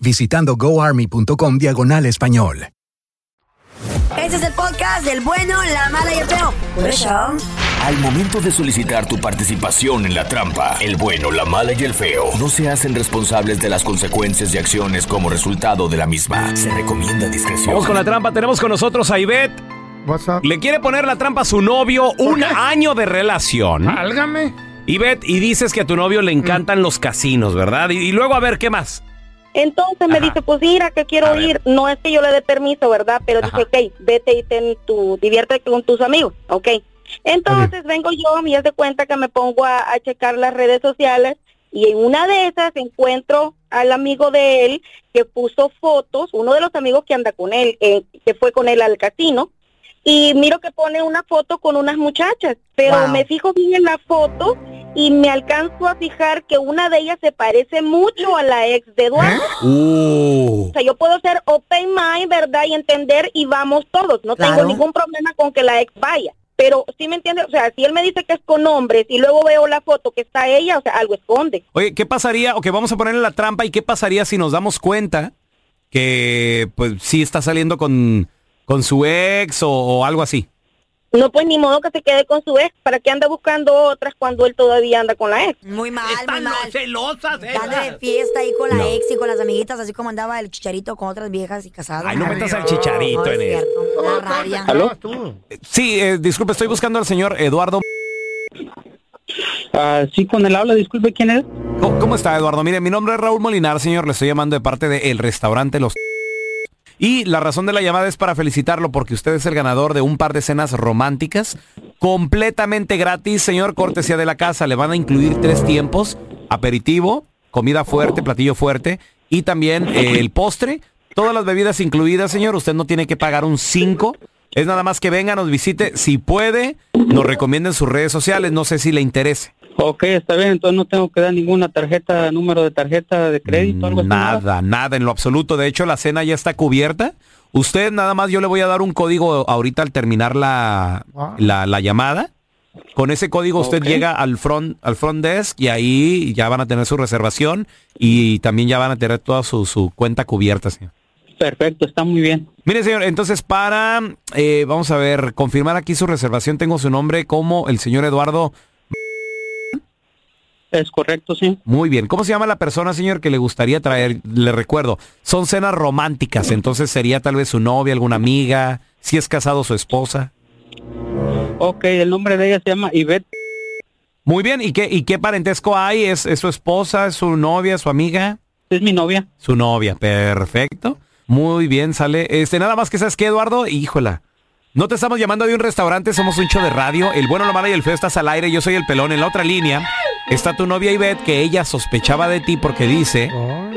S10: Visitando goarmy.com diagonal español.
S6: Este es el podcast del bueno, la mala y el feo. Por eso.
S9: Al momento de solicitar tu participación en la trampa, el bueno, la mala y el feo no se hacen responsables de las consecuencias y acciones como resultado de la misma. Se recomienda discreción.
S3: Vamos con la trampa. Tenemos con nosotros a Ivette. Le quiere poner la trampa a su novio un año de relación.
S5: Álgame.
S3: Ivette, y dices que a tu novio le encantan los casinos, ¿verdad? Y, y luego, a ver, ¿qué más?
S21: Entonces me dice, pues mira, que quiero ir. No es que yo le dé permiso, ¿verdad? Pero
S3: Ajá.
S21: dije, ok, vete y ten tu, diviértete con tus amigos, ok. Entonces vengo yo y haz de cuenta que me pongo a, a checar las redes sociales y en una de esas encuentro al amigo de él que puso fotos, uno de los amigos que anda con él, eh, que fue con él al casino, y miro que pone una foto con unas muchachas, pero
S22: Wow.
S21: me fijo bien en la foto y me alcanzo a fijar que una de ellas se parece mucho a la ex de Eduardo. O sea, yo puedo ser open mind, ¿verdad? Y entender y vamos todos. No tengo ningún problema con que la ex vaya. Pero sí me entiende, o sea, si él me dice que es con hombres y luego veo la foto que está ella, o sea, algo esconde.
S3: Oye, ¿qué pasaría? Ok, vamos a ponerle la trampa. ¿Y qué pasaría si nos damos cuenta que, pues, sí está saliendo con, con su ex o, o algo así?
S21: No, pues ni modo que se quede con su ex, ¿para qué anda buscando otras cuando él todavía anda con la ex?
S6: Muy mal, muy mal.
S20: celosas,
S6: Dale de fiesta ahí con la ex y con las amiguitas, así como andaba el chicharito con otras viejas y casadas.
S3: Ay, no metas al chicharito
S11: Oh,
S3: en
S6: es
S3: esto.
S6: cierto, La rabia.
S3: Sí, eh, disculpe, estoy buscando al señor Eduardo.
S23: Ah, sí, con el habla, disculpe, ¿quién es?
S3: ¿Cómo, cómo está, Eduardo? Mire, mi nombre es Raúl Molinar, señor. Le estoy llamando de parte del restaurante Los... Y la razón de la llamada es para felicitarlo porque usted es el ganador de un par de cenas románticas completamente gratis, señor, cortesía de la casa. Le van a incluir tres tiempos, aperitivo, comida fuerte, platillo fuerte y también eh, el postre. Todas las bebidas incluidas, señor. Usted no tiene que pagar un 5. Es nada más que venga, nos visite. Si puede, nos recomienden sus redes sociales. No sé si le interese.
S24: Ok, está bien, entonces no tengo que dar ninguna tarjeta, número de tarjeta de crédito, algo así.
S3: Nada, nada en lo absoluto. De hecho, la cena ya está cubierta. Usted nada más, yo le voy a dar un código ahorita al terminar la, la, la llamada. Con ese código usted
S25: Ok.
S3: llega al front, al front desk y ahí ya van a tener su reservación y también ya van a tener toda su, su cuenta cubierta, señor.
S24: Perfecto, está muy bien.
S3: Mire, señor, entonces para, eh, vamos a ver, confirmar aquí su reservación, tengo su nombre como el señor Eduardo.
S24: Es correcto, sí.
S3: Muy bien. ¿Cómo se llama la persona, señor, que le gustaría traer? Le recuerdo, son cenas románticas, entonces sería tal vez su novia, alguna amiga, si es casado, su esposa.
S24: Ok, el nombre de ella se llama Ivette.
S3: Muy bien, ¿y qué, y qué parentesco hay? ¿Es, es su esposa, es su novia, su amiga?
S24: Es mi novia.
S3: Su novia, perfecto. Muy bien, sale. Este, nada más que sabes que, Eduardo, híjola. No te estamos llamando de un restaurante, somos un show de radio. El bueno, la mala y el feo estás al aire, yo soy el pelón. En la otra línea está tu novia Ivette, que ella sospechaba de ti porque dice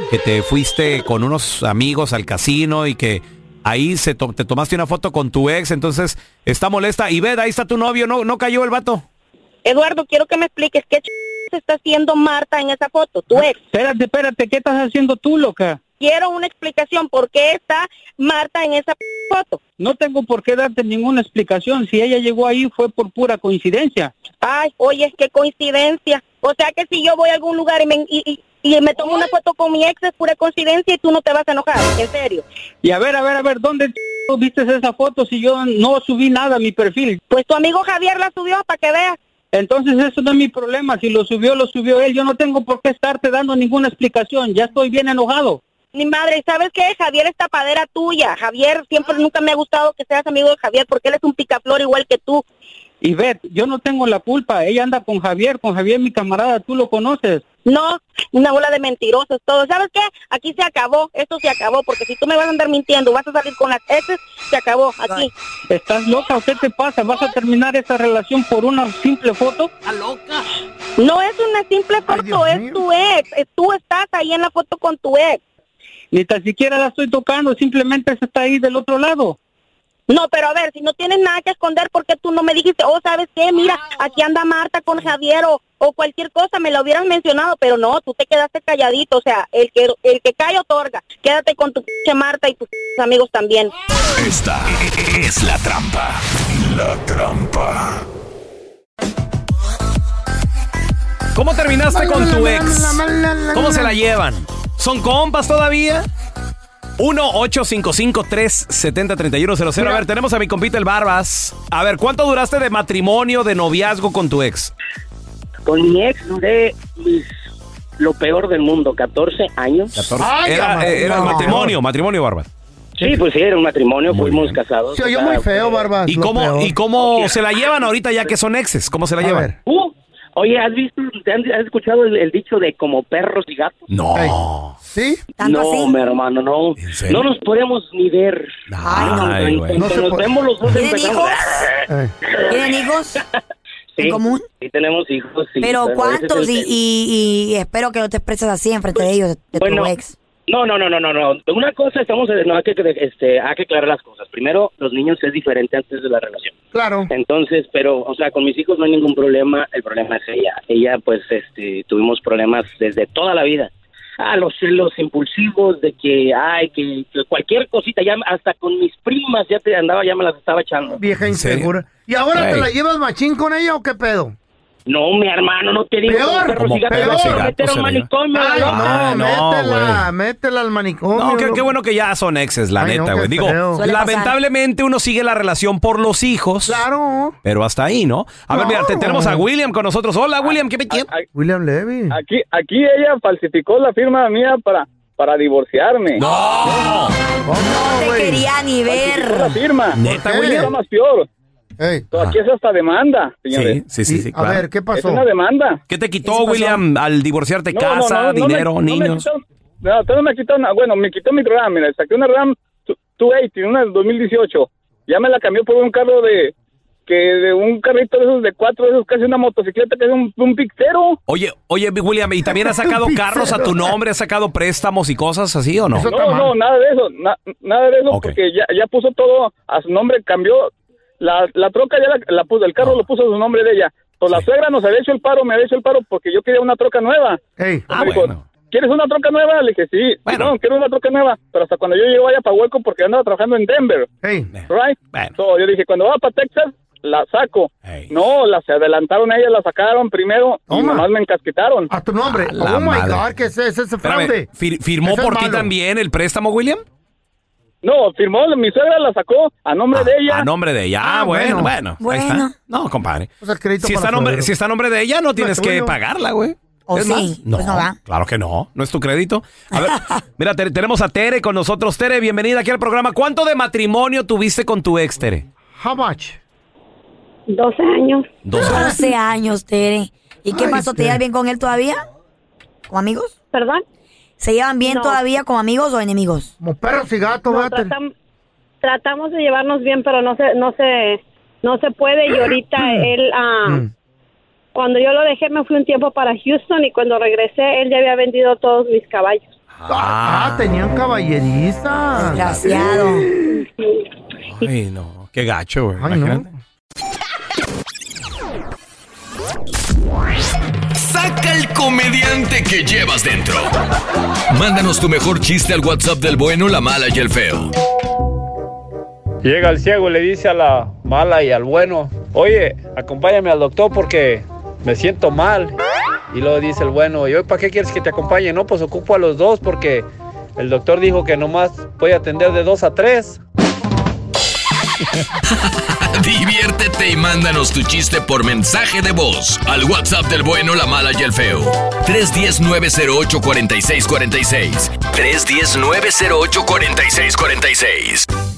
S3: que te fuiste con unos amigos al casino y que ahí se to- te tomaste una foto con tu ex, entonces está molesta. Ivette, ahí está tu novio, no, no cayó el vato.
S21: Eduardo, quiero que me expliques qué ch... está haciendo Marta en esa foto, tu ex.
S24: Ah, Espérate, espérate, ¿qué estás haciendo tú, loca?
S21: Quiero una explicación por qué está Marta en esa p- foto.
S24: No tengo por qué darte ninguna explicación. Si ella llegó ahí fue por pura coincidencia.
S21: Ay, oye, qué coincidencia. O sea que si yo voy a algún lugar y me, y, y- y me tomo una foto con mi ex es pura coincidencia y tú no te vas a enojar, en serio.
S24: Y a ver, a ver, a ver, ¿dónde ch- viste esa foto si yo no subí nada a mi perfil?
S21: Pues tu amigo Javier la subió para que veas.
S24: Entonces eso no es mi problema, si lo subió, lo subió él, yo no tengo por qué estarte dando ninguna explicación, ya estoy bien enojado.
S21: Mi madre, ¿sabes qué? Javier es tapadera tuya. Javier, siempre
S24: Ah.
S21: nunca me ha gustado que seas amigo de Javier porque él es un picaflor igual que tú.
S24: Y Beth, yo no tengo la culpa, ella anda con Javier, con Javier mi camarada, tú lo conoces.
S21: No, una bola de mentirosos todos. ¿Sabes qué? Aquí se acabó, esto se acabó, porque si tú me vas a andar mintiendo, vas a salir con las exes, se acabó, aquí.
S24: ¿Estás loca o qué te pasa? ¿Vas a terminar esa relación por una simple foto?
S21: No es una simple foto, es tu ex. Eh, Tú estás ahí en la foto con tu ex.
S24: Ni tan siquiera la estoy tocando, simplemente se está ahí del otro lado.
S21: No, pero a ver, si no tienes nada que esconder, ¿por qué tú no me dijiste, oh, sabes qué? Mira, aquí anda Marta con Javier o, o cualquier cosa, me lo hubieras mencionado, pero no, tú te quedaste calladito. O sea, el que, el que calla otorga. Quédate con tu pinche Marta y tus pinches amigos también.
S22: Esta es la trampa. La trampa.
S3: ¿Cómo terminaste con tu ex? ¿Cómo se la llevan? ¿Son compas todavía? 1-855-370-3100. A ver, tenemos a mi compita el Barbas. A ver, ¿cuánto duraste de matrimonio, de noviazgo con tu ex?
S20: Con mi ex duré mis- lo peor del mundo, 14 años. Ah,
S3: Era, eh, era matrimonio, matrimonio, Barbas.
S20: Sí, pues sí, era un matrimonio, fuimos
S3: Ah,
S20: casados.
S5: Se oyó muy feo, Barbas.
S3: ¿Y
S5: lo
S3: cómo,
S5: peor.
S3: ¿Y cómo se la llevan ahorita ya que son exes? ¿Cómo se la llevan?
S20: Uh, oye, ¿has visto, te han- has escuchado el, el dicho de como perros y gatos?
S3: No.
S5: ¿Sí?
S20: No, mi hermano, no. No nos podemos ni ver.
S3: Ay,
S20: no,
S3: güey.
S20: no, nos vemos los dos
S6: ¿Tienen
S20: empezamos-
S6: hijos? ¿Tienen hijos?
S20: Sí, sí tenemos hijos. sí,
S6: Pero
S20: ese es
S6: ¿cuántos?
S20: el
S6: Y,
S20: tema.
S6: y- y espero que no te expreses así enfrente de ellos, de
S20: Bueno,
S6: tu ex.
S20: No, no, no, no, no, no. Una cosa estamos, no hay que este, hay que aclarar las cosas. Primero, los niños es diferente antes de la relación.
S5: Claro.
S6: Ah.
S20: Entonces, pero, o sea, con mis hijos no hay ningún problema. El problema es ella. Ella, pues, este, tuvimos problemas desde toda la vida. Ah, los celos impulsivos de que, ay, que, que cualquier cosita, ya hasta con mis primas ya te andaba, ya me las estaba echando.
S5: Vieja insegura. ¿Y ahora te
S20: Güey.
S5: la llevas machín con ella o qué pedo?
S20: No, mi hermano, no te digo.
S5: Peor.
S20: perros
S5: Como
S20: y gatos,
S5: perros
S20: te
S5: y
S20: voy a
S5: gatos
S20: meter a
S3: se
S20: un
S3: le lleva.
S20: manicomio,
S5: Ay,
S20: loco.
S5: no,
S3: Ah, no,
S5: métela, métela al manicomio.
S3: No, qué, qué bueno que ya son exes, la
S5: Ay, no,
S3: neta,
S5: qué
S3: güey. Digo,
S5: feo. Suele pasar.
S3: lamentablemente uno sigue la relación por los hijos.
S5: Claro.
S3: Pero hasta ahí, ¿no? A ver,
S5: No.
S3: mira, te- tenemos a William con nosotros. Hola, William, ¿qué me quieres?
S5: William Levy.
S4: Aquí, aquí ella falsificó la firma mía para, para divorciarme.
S3: ¡No!
S6: No te quería ni ver.
S4: La firma.
S3: ¿Neta,
S4: Eso
S3: William?
S4: es más peor. Aquí
S3: Ah.
S4: es hasta demanda, señores.
S3: Sí, sí, sí, sí, claro.
S4: Es una demanda.
S3: ¿Qué te quitó, William, al divorciarte?
S4: No, no,
S3: casa,
S4: no, no me-
S3: dinero,
S4: no me
S3: niños.
S4: quitó- no, todavía me quitó una- Bueno, me quitó mi RAM. Mira, saqué una RAM 280, una del 2018. Ya me la cambió por un carro de, que de un carrito de esos de cuatro, de esos casi una motocicleta, que es un, un pictero.
S3: Oye, oye, Big William, ¿y también has sacado
S4: Pizzero.
S3: carros a tu nombre? ¿Has sacado préstamos y cosas así o no?
S4: no, no, nada de eso, na- nada de eso, porque ya, ya puso todo a su nombre, cambió la, la troca, ya la, la puso, el carro lo puso a su nombre de ella. Pues la suegra nos había hecho el paro, me había hecho el paro porque yo quería una troca nueva.
S3: Ah,
S4: Me dijo, ¿Quieres una troca nueva? Le dije, sí. No, quiero una troca nueva. Pero hasta cuando yo llego allá para Hueco porque andaba trabajando en Denver. Right? So, yo dije, cuando va para Texas, la saco. No, la, se adelantaron a ella, la sacaron primero y nomás me encasquetaron.
S5: A tu nombre.
S3: la
S5: oh my
S3: madre.
S5: God, que ese, ese es
S3: Espérame,
S5: fraude.
S3: fir- ¿Firmó
S5: Ese es
S3: por ti
S5: malo.
S3: también el préstamo, William?
S4: No, firmó, mi suegra la sacó a nombre de ella.
S3: Ah, A nombre de ella. Ah,
S4: Ah,
S3: bueno, bueno.
S4: bueno.
S3: ahí está.
S4: Bueno.
S3: No, compadre.
S5: Pues el crédito
S3: Si
S5: para
S3: está, a nombre,
S5: suegro.
S3: si está a nombre de ella, no
S5: No
S3: tienes
S5: es
S3: que
S5: tuyo.
S3: pagarla, güey.
S5: O
S3: Es
S5: sí,
S3: más,
S5: pues no va.
S3: Claro que no. No es tu crédito. A ver, mira, Tere, tenemos a Tere con nosotros. Tere, bienvenida aquí al programa. ¿Cuánto de matrimonio tuviste con tu ex, Tere?
S5: How much?
S6: 12 años.
S3: Dos años.
S6: 12 años, Tere. ¿Y qué
S3: Ay,
S6: pasó? ¿Te
S3: Tere.
S6: llevas bien con él todavía? ¿Como amigos?
S22: ¿Perdón?
S6: ¿Se llevan bien
S22: No.
S6: todavía como amigos o enemigos?
S5: Como perros y gatos,
S22: No, tratam- tratamos de llevarnos bien, pero no se, no se, no se puede. Y ahorita él, ah, cuando yo lo dejé, me fui un tiempo para Houston y cuando regresé, él ya había vendido todos mis caballos.
S5: Ah, tenían caballeriza.
S6: Desgraciado.
S3: Ay, no. Qué gacho, güey. Imagínate.
S9: Saca el comediante que llevas dentro. Mándanos tu mejor chiste al WhatsApp del bueno, la mala y el feo.
S26: Llega el ciego y le dice a la mala y al bueno, oye, acompáñame al doctor porque me siento mal. Y luego dice el bueno, ¿y hoy para qué quieres que te acompañe? No, pues ocupo a los dos porque el doctor dijo que nomás puede atender de dos a tres.
S9: Diviértete y mándanos tu chiste por mensaje de voz al WhatsApp del bueno, la mala y el feo. 310-908-4646. 310-908-4646.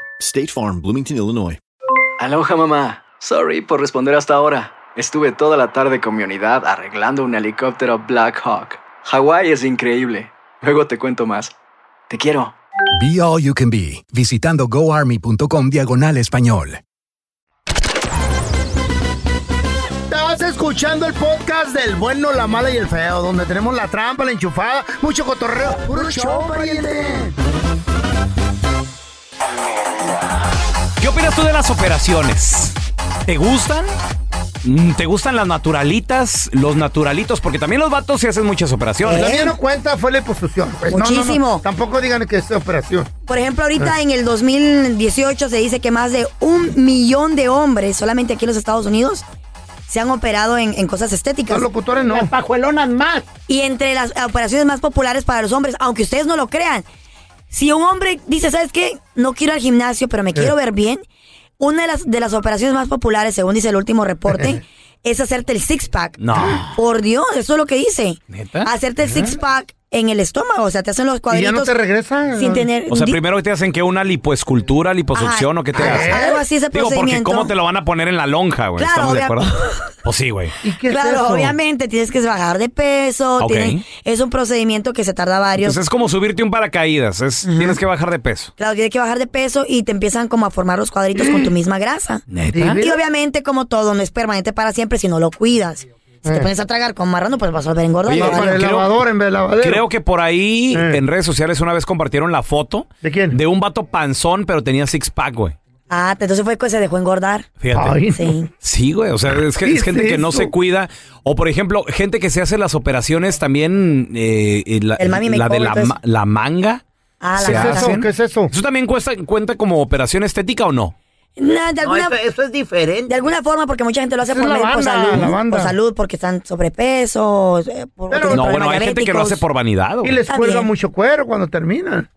S27: State Farm, Bloomington, Illinois.
S28: Aloha mamá. Sorry por responder hasta ahora. Estuve toda la tarde con mi unidad arreglando un helicóptero Black Hawk. Hawái es increíble. Luego te cuento más. Te quiero.
S10: Be All You Can Be, visitando goarmy.com diagonal español.
S5: Estás escuchando el podcast del bueno, la mala y el feo, donde tenemos la trampa, la enchufada, mucho cotorreo. ¡Puro show, pariente!
S3: ¿Qué opinas tú de las operaciones? ¿Te gustan? Mm, ¿Te gustan las naturalitas? Los naturalitos, porque también los vatos se hacen muchas operaciones.
S5: La mía no cuenta, fue la hipofusión. pues. No, no, no.
S6: Muchísimo.
S5: Tampoco digan que es operación.
S6: Por ejemplo, ahorita
S5: Eh.
S6: en el 2018 se dice que más de un millón de hombres, solamente aquí en los Estados Unidos, se han operado en, en cosas estéticas. Los
S5: locutores no. Las
S6: pajuelonas más. Y entre las operaciones más populares para los hombres, aunque ustedes no lo crean, si un hombre dice, ¿sabes qué? No quiero ir al gimnasio, pero me quiero ver bien. Una de las, de las operaciones más populares, según dice el último reporte, es hacerte el six-pack.
S3: No.
S6: Por Dios, eso es lo que dice. Hacerte el six-pack en el estómago, o sea, te hacen los cuadritos.
S5: te regresa?
S6: Sin tener...
S3: O sea,
S6: di-
S3: primero te hacen que una lipoescultura, liposucción o qué te hacen.
S6: algo así es el
S3: Digo, porque
S6: procedimiento.
S3: cómo te lo van a poner en la lonja, güey.
S6: Claro,
S3: ¿Estamos de
S6: obvia-
S3: acuerdo? Pues sí, güey.
S6: claro, obviamente tienes que bajar de peso.
S3: Ok.
S6: tienes- es un procedimiento que se tarda varios.
S3: Entonces es como subirte un paracaídas. es- Tienes que bajar de peso.
S6: Claro, tienes que bajar de peso y te empiezan como a formar los cuadritos con tu misma grasa.
S3: ¿Neta?
S6: Y obviamente, como todo, no es permanente para siempre si no lo cuidas. Si te pones a tragar con marrano, pues vas a volver engordado.
S3: Oye,
S6: No,
S3: con
S6: vale.
S3: el lavador
S5: en vez de lavadero.
S3: Creo que por ahí en redes sociales una vez compartieron la foto. ¿De quién? De un vato panzón, pero tenía six pack, güey.
S6: Ah, entonces fue que se dejó engordar.
S3: Fíjate.
S6: Sí.
S3: Sí, güey. O sea, es, que-
S6: ¿Qué
S3: es
S6: es
S3: gente que no
S6: eso?
S3: se cuida. O, por ejemplo, gente que se hace las operaciones también. eh, eh, la,
S6: El mami
S3: la
S6: makeover,
S3: de la,
S6: todo eso.
S3: ma- la manga.
S6: Ah, la
S3: se
S6: manga.
S3: hacen. ¿Eso también cuesta, cuenta como operación estética o no?
S6: Nah, de
S20: No,
S6: alguna,
S20: eso-
S6: es diferente. De alguna forma, porque mucha gente lo hace
S20: Esa
S6: por,
S20: es la
S6: medio- por
S20: banda,
S6: salud.
S20: la banda.
S6: Por salud, porque están sobrepesos. eh, por- tienen
S3: no, bueno,
S6: problemas
S3: hay gente que lo hace
S6: diabéticos.
S3: por vanidad.
S5: Y les
S6: Está
S5: cuelga
S6: bien.
S5: mucho cuero cuando terminan.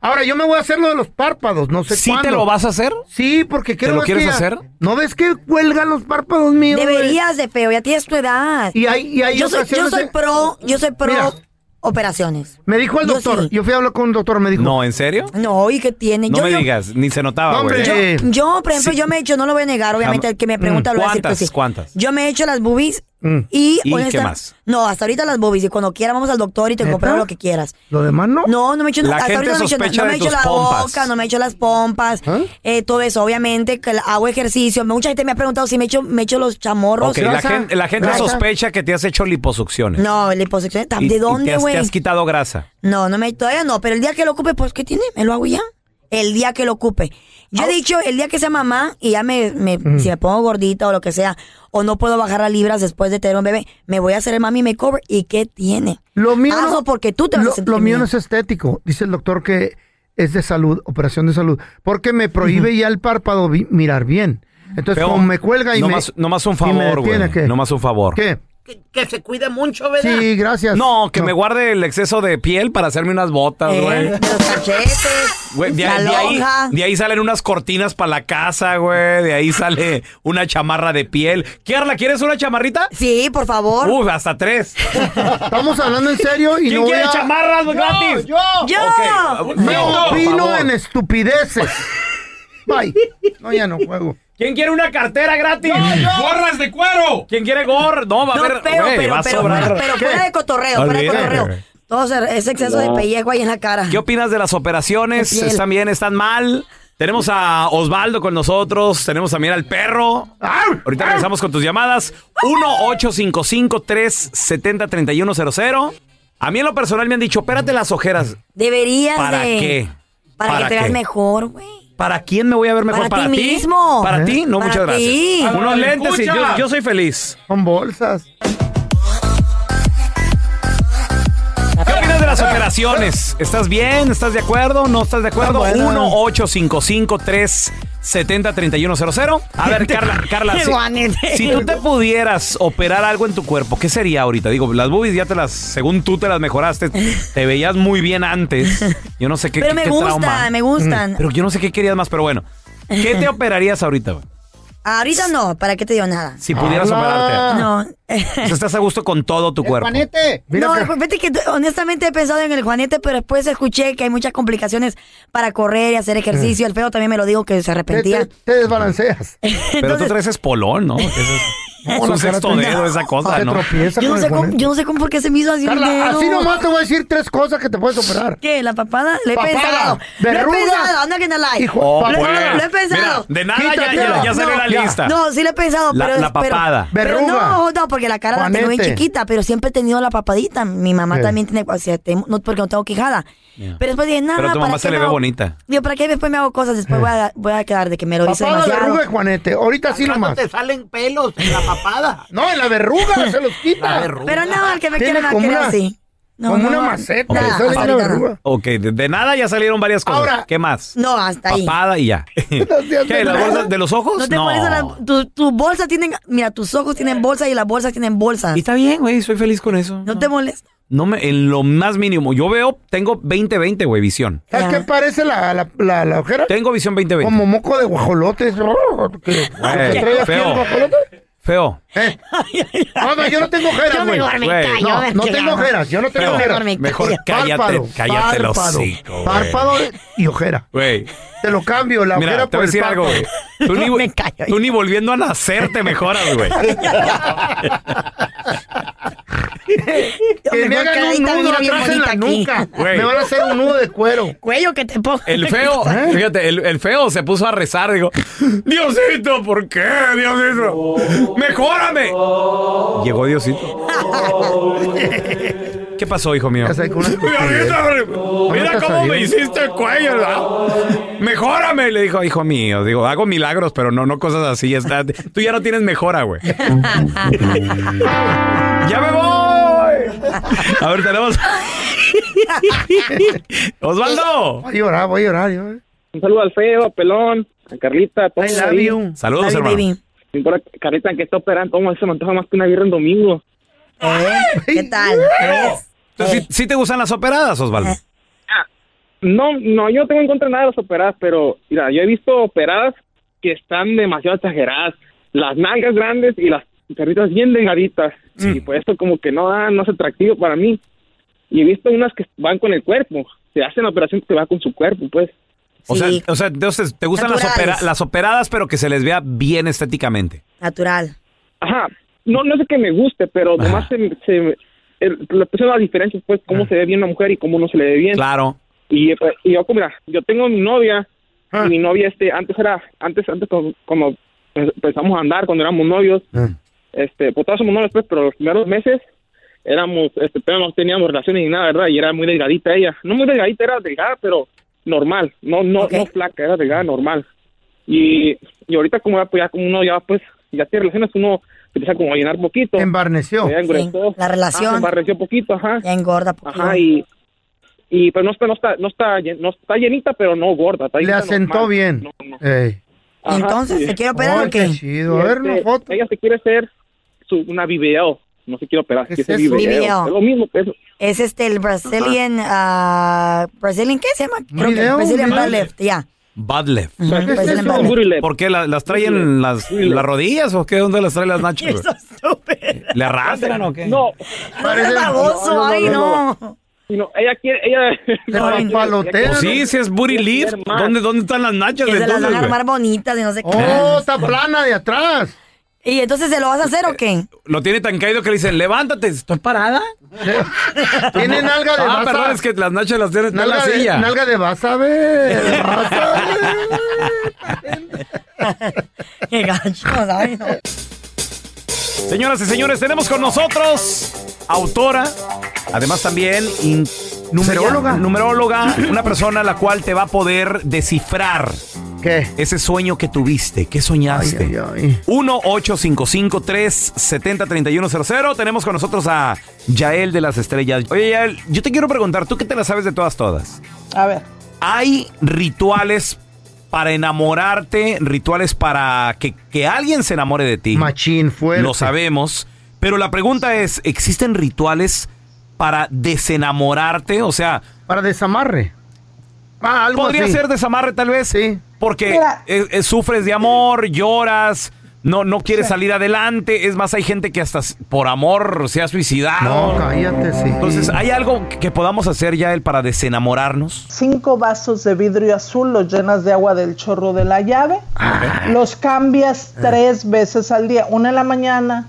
S5: Ahora, yo me voy a hacer lo de los párpados, no sé
S3: ¿Sí te
S5: cuándo.
S3: lo vas a hacer?
S5: Sí, porque quiero...
S3: lo
S5: ver
S3: quieres
S5: que ya-
S3: hacer?
S5: ¿No ves que cuelgan los párpados míos? güey?
S6: Deberías de feo, ya tienes tu edad.
S5: Y hay- y hay
S6: yo, soy, yo
S5: ocasiones
S6: soy
S5: de-
S6: pro, yo soy pro
S5: Mira.
S6: operaciones.
S5: Me dijo el
S6: Yo
S5: doctor, yo,
S6: sí.
S5: fui a hablar con un doctor, me dijo...
S3: No, ¿en serio?
S6: No, ¿y qué tiene?
S3: No
S6: yo,
S3: me
S6: yo-
S3: digas, ni se notaba,
S5: No,
S3: güey.
S5: hombre.
S6: Yo, yo, por ejemplo, yo me he hecho, no lo voy a negar, obviamente,
S3: Jam-
S6: el que me pregunta lo va a decir que
S3: ¿Cuántas?
S6: sí.
S3: ¿Cuántas?
S6: Yo me he hecho las boobies
S3: Mm.
S6: y...
S3: ¿Y
S6: honesta-
S3: qué más?
S6: No, hasta ahorita las boobies. Y cuando quiera vamos al doctor y te compramos lo que quieras.
S5: ¿Lo demás no?
S6: No, no me he hecho
S3: La
S6: nada. Hasta
S3: gente
S6: ahorita no me he hecho nada.
S3: sospecha
S6: No me he hecho
S3: de tus
S6: la
S3: pompas.
S6: boca, no me he hecho las pompas,
S5: ¿Ah?
S6: eh, todo eso. Obviamente que la- hago ejercicio. Mucha gente me ha preguntado si me he hecho, me he hecho los chamorros.
S3: Ok, la gente, la gente
S6: Grasa.
S3: sospecha que te has hecho liposucciones.
S6: No, liposucción.
S3: Y-
S6: ¿De
S3: y te
S6: dónde,
S3: has-
S6: güey?
S3: Te has quitado grasa.
S6: No, no me todavía no, pero el día que lo ocupe, pues ¿qué tiene? Me lo hago ya. El día que lo ocupe.
S3: Ah,
S6: Yo he dicho, el día que sea mamá y ya me, me- si me pongo gordita o lo que sea, o no puedo bajar las libras después de tener un bebé, me voy a hacer el mami makeover y ¿qué tiene?
S5: Lo mío
S6: Hazlo
S5: no-
S6: Ah, porque tú te vas a
S5: Lo,
S6: sentir
S5: lo mío no
S6: bien.
S5: es estético. Dice el doctor que es de salud, operación de salud. Porque me prohíbe ya el párpado vi- mirar bien. Entonces,
S3: Feo,
S5: como me cuelga y me.
S3: nomás- nomás un
S5: y me
S3: favor,
S5: detiene,
S3: güey.
S5: ¿qué?
S3: Nomás un favor.
S5: ¿Qué?
S20: Que se cuide mucho, ¿verdad?
S5: Sí, gracias.
S3: No, que me guarde el exceso de piel para hacerme unas botas,
S6: Eh,
S3: güey.
S6: de los cachetes,
S3: Güey, de,
S6: la
S3: de ahí,
S6: lonja.
S3: de ahí salen unas cortinas para la casa, güey. De ahí sale una chamarra de piel. ¿Qué, Arla, quieres una chamarrita?
S6: Sí, por favor.
S3: Uf, hasta tres.
S5: Estamos hablando en serio y
S3: ¿Quién
S5: no voy
S3: quiere
S5: a-
S3: chamarras gratis?
S5: Yo, yo.
S3: Ok,
S5: Me
S3: no, por
S5: opino
S3: favor.
S5: en estupideces. Bye. No, ya no juego.
S3: ¿Quién quiere una cartera gratis?
S29: ¡Gorras
S3: de cuero! ¿Quién quiere gorro? No, va a
S6: No,
S3: haber...
S6: pero,
S3: güey,
S6: pero,
S3: va a
S6: pero,
S3: sobrar.
S6: fuera- pero fuera de cotorreo, fuera de
S3: Olvídate,
S6: cotorreo.
S3: güey.
S6: Todo ese ese exceso de
S3: No.
S6: pellejo ahí en la cara.
S3: ¿Qué opinas de las operaciones?
S6: Ah. De piel.
S3: ¿Están bien? ¿Están mal? Tenemos a Osvaldo con nosotros, tenemos también al perro. Ahorita regresamos con tus llamadas. 1-855-370-3100. A mí en lo personal me han dicho, opérate las ojeras.
S6: Deberías
S3: ¿Para
S6: de...
S3: qué?
S6: Para,
S3: ¿Para
S6: que te
S3: qué?
S6: veas mejor, güey.
S3: ¿Para quién me voy a ver mejor?
S6: Para ti mismo.
S3: ¿Para
S6: ¿Eh?
S3: ti? No,
S6: Para
S3: muchas gracias.
S6: ti.
S3: Unos lentes y yo,
S5: Escucha.
S3: yo soy feliz.
S5: Con bolsas.
S3: ¿Qué opinas de las operaciones? ¿Estás bien? ¿Estás de acuerdo? ¿No estás de acuerdo?
S5: Está buena.
S3: 1-855-370-3100. A ver, Carla, Carla,
S6: Qué
S3: si,
S6: guanete.
S3: si tú te pudieras operar algo en tu cuerpo, ¿qué sería ahorita? Digo, las boobies ya te las, según tú te las mejoraste, te veías muy bien antes. Yo no sé qué
S6: Pero
S3: qué-
S6: me
S3: qué
S6: gustan,
S3: trauma.
S6: me gustan.
S3: Mm, Pero yo no sé qué querías más, pero bueno. ¿Qué te operarías ahorita, güey?
S6: Ahorita no, ¿para qué te digo nada? Ah.
S3: Si pudieras operarte.
S6: No,
S3: O sea, estás a gusto con todo tu cuerpo.
S6: no, fíjate que honestamente he pensado en el Juanete, pero después escuché que hay muchas complicaciones para correr y hacer ejercicio. El feo también me lo dijo que se
S5: Te,
S6: arrepentía.
S5: te- te desbalanceas.
S3: Pero tú traes espolón, ¿no? ¿Qué es eso? Es
S5: la
S3: un
S5: cara
S3: sexto
S5: te-
S3: dedo, esa cosa,
S5: Se
S3: ¿no?
S5: tropieza
S6: Yo no,
S5: con
S6: sé
S5: el
S6: cómo,
S5: Juanete.
S6: yo no sé cómo por qué se me hizo así un
S5: Carla,
S6: dedo.
S5: así nomás te voy a decir tres cosas que te puedes operar.
S6: ¿Qué? ¿La papada? Le he
S5: Papada,
S6: pensado. Lo he
S5: verruga.
S6: pensado, anda que no la hay.
S5: Hijo,
S3: Oh,
S6: lo, he-
S3: pues.
S6: lo he pensado.
S3: Mira, de nada ya- ya- ya salió la
S6: ya.
S3: lista.
S6: No, sí lo he pensado,
S3: La-
S6: pero...
S3: la
S6: pero-
S3: papada.
S6: pero
S3: Verruga.
S6: no, no, porque la cara la tengo bien
S3: Juanete.
S6: chiquita, pero siempre he tenido la papadita. Mi mamá
S3: Sí.
S6: también tiene... O sea, te- no, porque no tengo quijada.
S3: Yeah.
S6: Pero después dije, nada,
S3: Pero tu
S6: ¿para
S3: mamá
S6: qué
S3: se le
S6: me
S3: ve
S6: hago-
S3: bonita.
S6: Digo, ¿para qué después me hago cosas? Después voy a, voy a quedar de que me lo hice
S5: Papada,
S6: demasiado.
S5: verruga y Juanete. Ahorita sí nomás.
S20: te salen pelos en la papada.
S5: No, en la verruga se los quita.
S6: Pero no, el que me quiere me
S5: Tiene
S6: va a
S5: como
S6: querer
S5: una-
S6: así. No,
S5: como
S6: no,
S5: una
S6: no.
S5: maceta.
S6: Nada,
S5: Eso es
S6: Ah, hasta
S5: una
S6: ahorita no.
S5: verruga.
S3: Ok, de, de nada ya salieron varias cosas.
S6: Ahora-
S3: ¿Qué más?
S6: No, hasta ahí.
S3: Papada y ya. ¿Qué? ¿Las bolsas de los ojos?
S6: No te molesta la- tu, tu bolsa tienen, mira, tus ojos tienen bolsa y las bolsas tienen bolsa. Y
S3: está bien, güey, soy feliz con eso.
S6: No, te molesta.
S3: No me, en lo más mínimo. Yo veo, tengo 20-20, güey, visión.
S5: ¿Sabes qué parece la, la, la, la ojera?
S3: Tengo visión 20-20.
S5: Como moco de guajolotes.
S3: Güey, feo, feo.
S5: No, no, yo no tengo
S6: Yo
S5: ojeras, güey.
S6: mejor me
S3: Güey.
S6: callo,
S5: No,
S6: me
S5: no
S6: callo.
S5: tengo ojeras, yo no tengo
S3: Feo.
S5: ojeras.
S3: Mejor cállate,
S5: Párpado,
S3: cállate el
S5: párpado,
S3: hocico, güey.
S5: Párpado y ojera.
S3: Güey.
S5: Te lo cambio, la
S3: Mira,
S5: ojera
S3: te
S5: por
S3: voy a
S5: el
S3: decir algo,
S5: párpado.
S3: güey. Tú, ni, tú ni volviendo a nacer te mejoras, güey.
S5: Que me
S6: Mejor
S5: hagan un
S6: cagadita,
S5: nudo
S6: mira, bien
S5: atrás en la
S6: bonita
S5: nuca.
S6: aquí.
S3: Güey.
S5: Me van a hacer un nudo de cuero.
S6: Cuello que te pongo.
S3: El feo, fíjate, el, el feo se puso a rezar, digo, Diosito, ¿por qué, Diosito? Mejor ¡Perdóname! Llegó Diosito. ¿Qué pasó, hijo mío?
S29: Mira cómo me hiciste el cuello,
S3: Mejórame, le dijo, hijo mío. Digo, hago milagros, pero no, no cosas así. Está, tú ya no tienes mejora, güey. ¡Ya me voy! A ver, tenemos. ¡Osvaldo!
S5: Voy a llorar, voy a llorar. yo. eh.
S8: Un saludo al Feo, a Pelón, a Carlita, a todos.
S5: I love
S8: ahí.
S5: you. Saludos, Love you, hermano. baby.
S8: No importa, Carlita, que está operando, ¿cómo se me antoja más que una guerra en domingo?
S5: ¿Eh?
S6: ¿Qué tal?
S3: Entonces, ¿sí, sí te gustan las operadas, Osvaldo?
S8: No, no, yo no tengo en contra nada de las operadas, pero mira, yo he visto operadas que están demasiado exageradas. Las nalgas grandes y las perritas bien delgaditas. Y por eso como que no dan, no es atractivo para mí. Y he visto unas que van con el cuerpo. Se hacen la operación que va con su cuerpo, pues.
S3: O, sea, o sea, entonces, ¿te gustan las,
S8: Naturales.
S3: opera- las operadas, pero que se les vea bien estéticamente?
S6: Natural.
S8: Ajá. No, no sé que me guste, pero nomás se, se, el- le puse las diferencias, pues, cómo se ve bien una mujer y cómo no se le ve bien.
S3: Claro.
S8: Y, eh, pues, y yo, como, mira, yo tengo mi novia, y mi novia, este, antes era, antes, antes, como, como empezamos a andar cuando éramos novios, este, pues todos somos novios, pues, pero los primeros meses éramos, este, pero no teníamos relaciones ni nada, ¿verdad? Y era muy delgadita ella. No muy delgadita, era delgada, pero normal. No, no, no flaca, era delgada, normal. Y, y ahorita como ya, pues, ya como uno ya, pues, ya tiene relaciones, uno empieza como a llenar poquito.
S5: Embarneció.
S8: Ya engordó.
S6: Sí, la relación.
S8: Ah, embarneció poquito, ajá.
S6: Ya engorda poquito.
S8: Ajá, y... Y pero no está, no está, no está, llen- no está llenita, pero no gorda. Está
S5: Le
S8: llenita
S5: asentó
S8: normal.
S5: bien. Ey.
S8: Ajá,
S5: Entonces,
S8: sí.
S5: ¿se quiere operar Ay, o qué? qué chido.
S8: Y
S5: A ver,
S8: este,
S5: una
S8: Ella se quiere hacer su, una video. No se quiere operar, se
S6: es
S8: quiere hacer
S6: eso?
S8: video.
S6: Video.
S8: Es lo mismo, pues.
S6: Es este, el Brazilian, ah, Brazilian, ¿qué se llama? Creo que
S3: Video,
S6: Brazilian
S3: video.
S6: butt lift, ya.
S3: Badlef.
S6: Ujú, ¿Qué es pues, eso? Badlef.
S3: ¿Por qué? ¿La- ¿Las traen las, las rodillas o qué? ¿Dónde las traen las nachas? güey? ¿Le arrastran o qué?
S8: No.
S6: Parece- baboso, ay,
S8: Y no, ella quiere, ella... no, ella-
S3: Pues sí, si es booty lift. ¿Dónde, ¿Dónde están las nachas?
S6: Que se las
S3: entonces,
S6: van a
S3: güey?
S6: armar bonitas y no sé qué.
S3: Oh,
S5: está plana de atrás.
S6: ¿Y entonces se lo vas a hacer o qué?
S3: Lo tiene tan caído que le dicen, levántate, estoy parada.
S5: Tiene nalga de
S3: Ah,
S5: baza.
S3: perdón, es que las nachas las tienen en la
S5: Nalga de,
S3: silla.
S5: nalga de vas a ver. vas a ver.
S6: Qué gancho, ay, no.
S3: Señoras y señores, tenemos con nosotros autora, además también in-
S5: Numeróloga.
S3: numeróloga, una persona la cual te va a poder descifrar
S5: ¿Qué?
S3: ese sueño que tuviste, qué soñaste. 1-855-370-3100. Tenemos con nosotros a Yael de las Estrellas. Oye, Yael, yo te quiero preguntar, ¿tú qué te la sabes de todas todas?
S16: A ver.
S3: ¿Hay rituales para enamorarte? ¿Rituales para que, que alguien se enamore de ti?
S5: Machín, fuerte.
S3: Lo sabemos. Pero la pregunta es, ¿existen rituales para desenamorarte? O sea...
S5: Para desamarre. Ah, algo
S3: Podría
S5: así.
S3: ser desamarre tal vez.
S5: Sí.
S3: Porque
S5: Mira.
S3: eh, eh, sufres de amor, lloras, no, no quieres salir adelante. Es más, hay gente que hasta s- por amor se ha suicidado.
S5: No, cállate, sí.
S3: Entonces, ¿hay algo que- que podamos hacer ya él para desenamorarnos?
S16: Cinco vasos de vidrio azul los llenas de agua del chorro de la llave.
S5: Ah.
S16: Los cambias
S5: Eh.
S16: tres veces al día. Una en la mañana,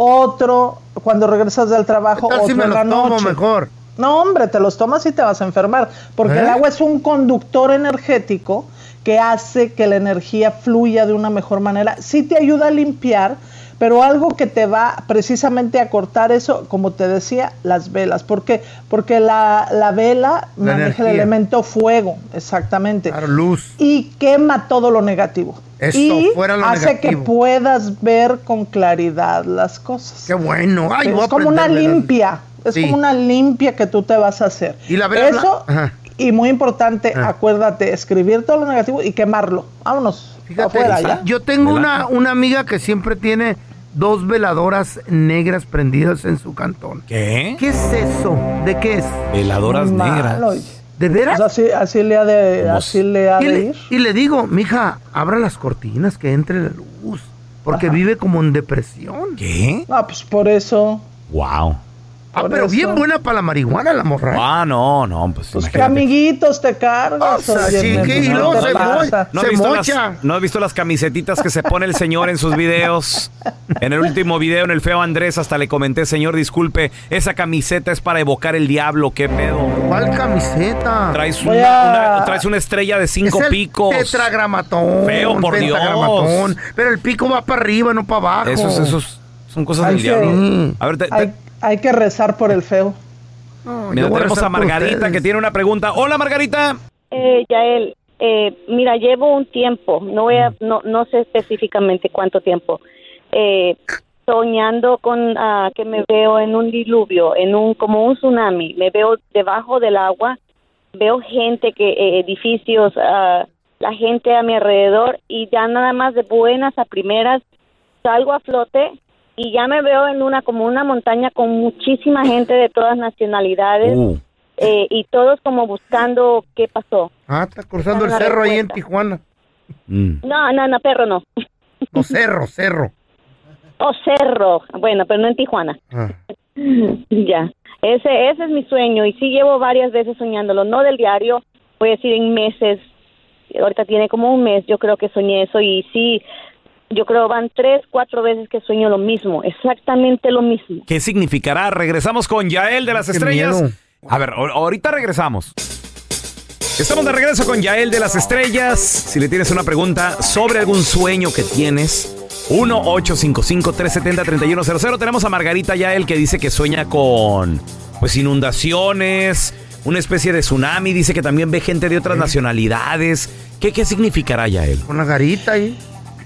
S16: otro cuando regresas del trabajo,
S5: ¿Qué tal
S16: otro
S5: si me
S16: en la
S5: los tomo
S16: noche.
S5: mejor?
S16: No, hombre, te los tomas y te vas a enfermar. Porque
S5: ¿Eh?
S16: el agua es un conductor energético que hace que la energía fluya de una mejor manera. Sí te ayuda a limpiar, pero algo que te va precisamente a cortar eso, como te decía, las velas. ¿Por qué? Porque la, la vela
S5: La
S16: maneja
S5: energía.
S16: el elemento fuego, exactamente.
S5: luz.
S16: Y quema todo lo negativo.
S5: Eso,
S16: y
S5: fuera lo
S16: hace
S5: negativo.
S16: que puedas ver con claridad las cosas.
S5: Qué bueno. Ay,
S16: Pero
S5: voy
S16: es
S5: a
S16: como una
S5: aprenderme, ¿verdad?
S16: limpia. Es
S5: Sí.
S16: como una limpia que tú te vas a hacer.
S5: Y la vela blan-
S16: Eso,
S5: Ajá.
S16: y muy importante,
S5: Ah.
S16: acuérdate, escribir todo lo negativo y quemarlo. Vámonos. afuera ya.
S5: Yo tengo una, una amiga que siempre tiene dos veladoras negras prendidas en su cantón.
S3: ¿Qué?
S5: ¿Qué es eso? ¿De qué es?
S3: Veladoras
S16: Malo,
S3: negras.
S5: ¿De veras?
S16: pues así, así le ha de, así le ha
S5: Y
S16: de
S5: le,
S16: ir.
S5: y le digo, mija, abra las cortinas, que entre la luz, porque vive como en depresión.
S3: ¿Qué?
S16: Ah, pues por eso.
S3: Wow.
S5: Ah,
S16: Por
S5: pero
S16: eso.
S5: bien buena para la marihuana la morra. ¿eh?
S3: Ah, no, no, pues,
S16: Que
S3: imagínate.
S16: amiguitos te cargas.
S5: sea,
S16: oye,
S5: sí,
S16: me-
S5: que-
S16: me-
S5: y luego
S16: te
S5: se
S16: pasa.
S3: ¿No has, visto las, ¿No has visto las camisetitas que se pone el señor en sus videos? En el último video, en el feo Andrés, hasta le comenté, señor, disculpe, esa camiseta es para evocar el diablo, qué pedo.
S5: ¿Cuál camiseta?
S3: Traes
S5: Voy
S3: una,
S5: a-
S3: una- traes una estrella de cinco
S5: es el
S3: picos.
S5: Tetragramatón.
S3: Feo, por Dios.
S5: pentagramatón, Pero el pico va para arriba, no para abajo.
S3: Esos, esos Son cosas
S16: Hay
S3: del
S16: que-
S3: diablo. A ver, te- te-
S16: Hay, hay que rezar por el feo.
S3: mira, tenemos a Margarita que tiene una pregunta. Hola, Margarita.
S19: Eh, Yael, eh, mira, llevo un tiempo, no, voy a- no, no sé específicamente cuánto tiempo, eh, soñando con ah, que me veo en un diluvio, en un como un tsunami, me veo debajo del agua, veo gente, que eh, edificios, ah, la gente a mi alrededor y ya nada más de buenas a primeras salgo a flote y ya me veo en una como una montaña con muchísima gente de todas nacionalidades
S5: Mm.
S3: Uh.
S19: eh, y todos como buscando qué pasó.
S5: Ah, está cruzando el
S19: Una
S5: cerro ahí en
S19: respuesta.
S5: Tijuana.
S19: No, no, no, perro no.
S5: O cerro, cerro.
S19: O cerro. Bueno, pero no en Tijuana.
S5: Ah.
S19: Ya. Ese, ese es mi sueño y sí llevo varias veces soñándolo. No del diario, voy a decir en meses. Ahorita tiene como un mes, yo creo que soñé eso y sí, yo creo van tres, cuatro veces que sueño lo mismo, exactamente lo mismo.
S3: ¿Qué significará? Regresamos con Yael de las
S19: Qué
S3: Estrellas.
S19: miedo.
S3: A ver, ahor- ahorita regresamos. Estamos de regreso con Yael de las Estrellas. Si le tienes una pregunta sobre algún sueño que tienes, 1-855-370-3100. Tenemos a Margarita Yael que dice que sueña con pues inundaciones, una especie de tsunami. Dice que también ve gente de otras nacionalidades. ¿Qué, qué significará Yael?
S5: Una garita ahí.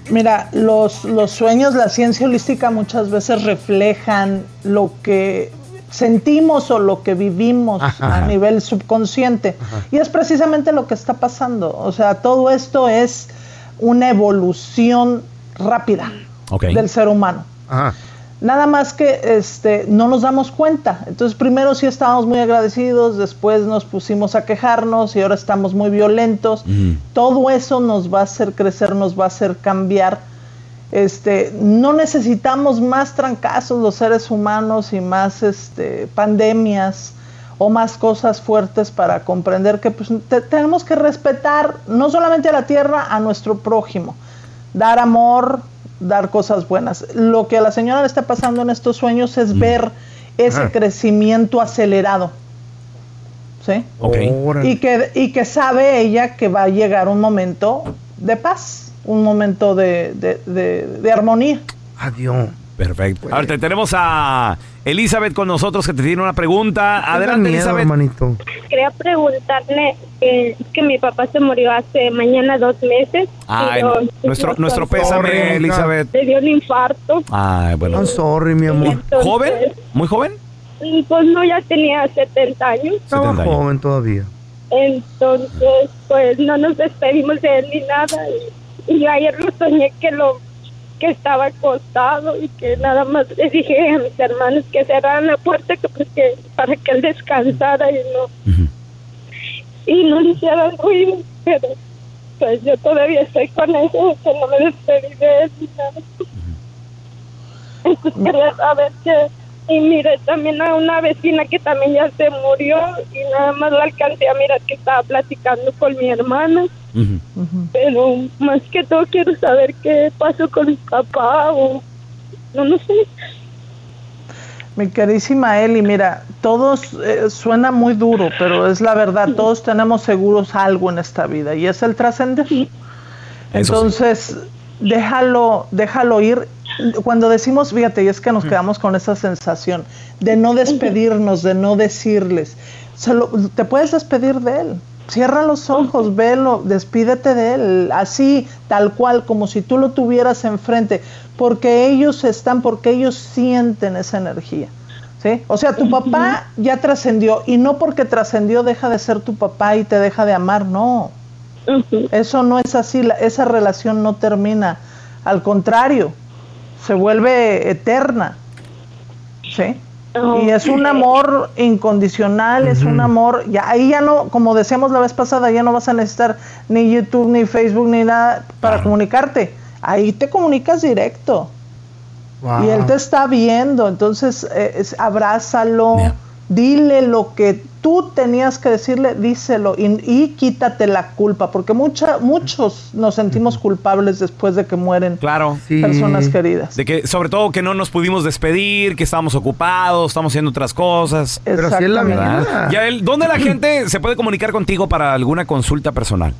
S16: Mira, los, los sueños, la ciencia holística muchas veces reflejan lo que sentimos o lo que vivimos
S12: Ajá.
S16: a nivel subconsciente.
S12: Ajá.
S16: Y es precisamente lo que está pasando. O sea, todo esto es una evolución rápida
S12: Ok.
S16: del ser humano. Nada más que este, no nos damos cuenta. Entonces primero sí estábamos muy agradecidos, después nos pusimos a quejarnos y ahora estamos muy violentos. Todo eso nos va a hacer crecer, nos va a hacer cambiar. Este, no necesitamos más trancazos los seres humanos y más este, pandemias o más cosas fuertes para comprender que pues, te- tenemos que respetar no solamente a la tierra, a nuestro prójimo, dar amor, dar cosas buenas. Lo que a la señora le está pasando en estos sueños es ver ese
S12: Ajá.
S16: crecimiento acelerado. ¿Sí?
S12: Ok.
S16: Y que, y que sabe ella que va a llegar un momento de paz, un momento de, de- de- de armonía.
S5: Adiós.
S3: Perfecto. A ver, te tenemos a Elizabeth con nosotros que te tiene una pregunta. Adelante,
S5: miedo,
S3: Elizabeth.
S5: hermanito.
S12: Quería preguntarle eh, que mi papá se murió hace mañana dos meses.
S3: Ay,
S12: Y lo-
S3: nuestro-
S12: lo
S3: nuestro
S12: causó-
S3: pésame, Elizabeth.
S12: Le dio un infarto.
S3: Ay, bueno.
S5: I'm sorry, mi amor.
S12: Entonces,
S3: ¿Joven? ¿Muy joven?
S12: y Pues no, ya tenía 70 años.
S5: Estaba joven todavía.
S12: Entonces, pues no nos despedimos de él ni nada. Y, y ayer lo soñé que lo que estaba acostado y que nada más le dije a mis hermanos que cerraran la puerta que, pues, que- para que él descansara y no y no le hicieran ruido. Pero pues yo todavía estoy con eso, que no me despedí de él ni nada. Entonces quería saber que y miré también a una vecina que también ya se murió y nada más la alcancé a mirar que estaba platicando con mi hermana. Pero más que todo quiero saber qué pasó con mi papá o no, no sé.
S16: Mi querísima Eli, mira, todos eh, suena muy duro, pero es la verdad, todos tenemos seguros algo en esta vida y es el trascender.
S12: Eso sí.
S16: Entonces, déjalo, déjalo ir. Cuando decimos, fíjate, y es que nos quedamos con esa sensación de no despedirnos, de no decirles, se lo- te puedes despedir de él. Cierra los ojos, velo, despídete de él, así, tal cual, como si tú lo tuvieras enfrente, porque ellos están, porque ellos sienten esa energía. ¿sí? O sea, tu papá ya trascendió y no porque trascendió deja de ser tu papá y te deja de amar, no. Eso no es así, la- esa relación no termina, al contrario, se vuelve eterna. ¿sí? Y es un amor incondicional, es un amor, ya, ahí ya no, como decíamos la vez pasada, ya no vas a necesitar ni YouTube, ni Facebook, ni nada para comunicarte. Ahí te comunicas directo. Y él te está viendo, entonces eh, es- abrázalo, dile lo que tú tenías que decirle, díselo y, y quítate la culpa, porque mucha, muchos nos sentimos culpables después de que mueren
S3: Claro.
S16: personas queridas.
S3: De que, sobre todo que no nos pudimos despedir, que estábamos ocupados, estamos haciendo otras cosas.
S16: Pero así es la
S3: ¿Verdad?
S16: vida.
S3: Yael, ¿dónde la gente se puede comunicar contigo para alguna consulta personal?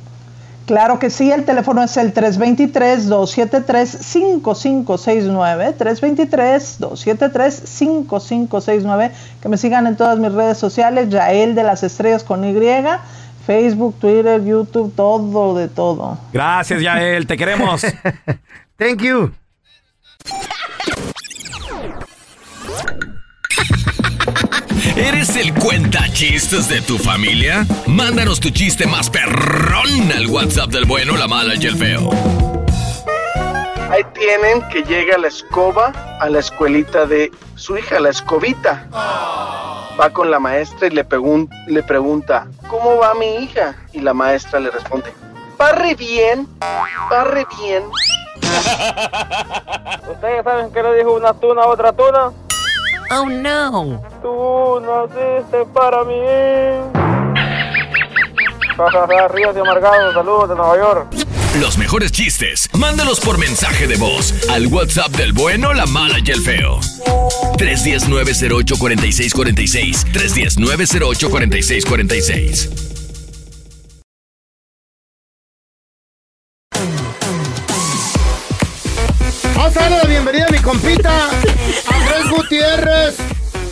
S16: Claro que sí, el teléfono es el 323-273-5569, 323-273-5569, que me sigan en todas mis redes sociales, Yael de las Estrellas con Y, Facebook, Twitter, YouTube, todo de todo.
S3: Gracias, Yael, te queremos.
S5: Thank you.
S9: ¿Eres el cuenta chistes de tu familia? Mándanos tu chiste más perrón al WhatsApp del bueno, la mala y el feo.
S13: Ahí tienen que llega la escoba a la escuelita de su hija, la escobita. Va con la maestra y le, pregun- le pregunta, ¿cómo va mi hija? Y la maestra le responde, barre bien, barre bien.
S30: ¿Ustedes saben qué le dijo una tuna a otra tuna? Oh no. Tú naciste para mí. Ja, ja, ja, ríos de amargado, saludos de Nueva York.
S9: Los mejores chistes, mándalos por mensaje de voz al WhatsApp del bueno, la mala y el feo. 319-08-4646. 319-08-4646.
S5: Vamos a darle la bienvenida a mi compita, Andrés Gutiérrez,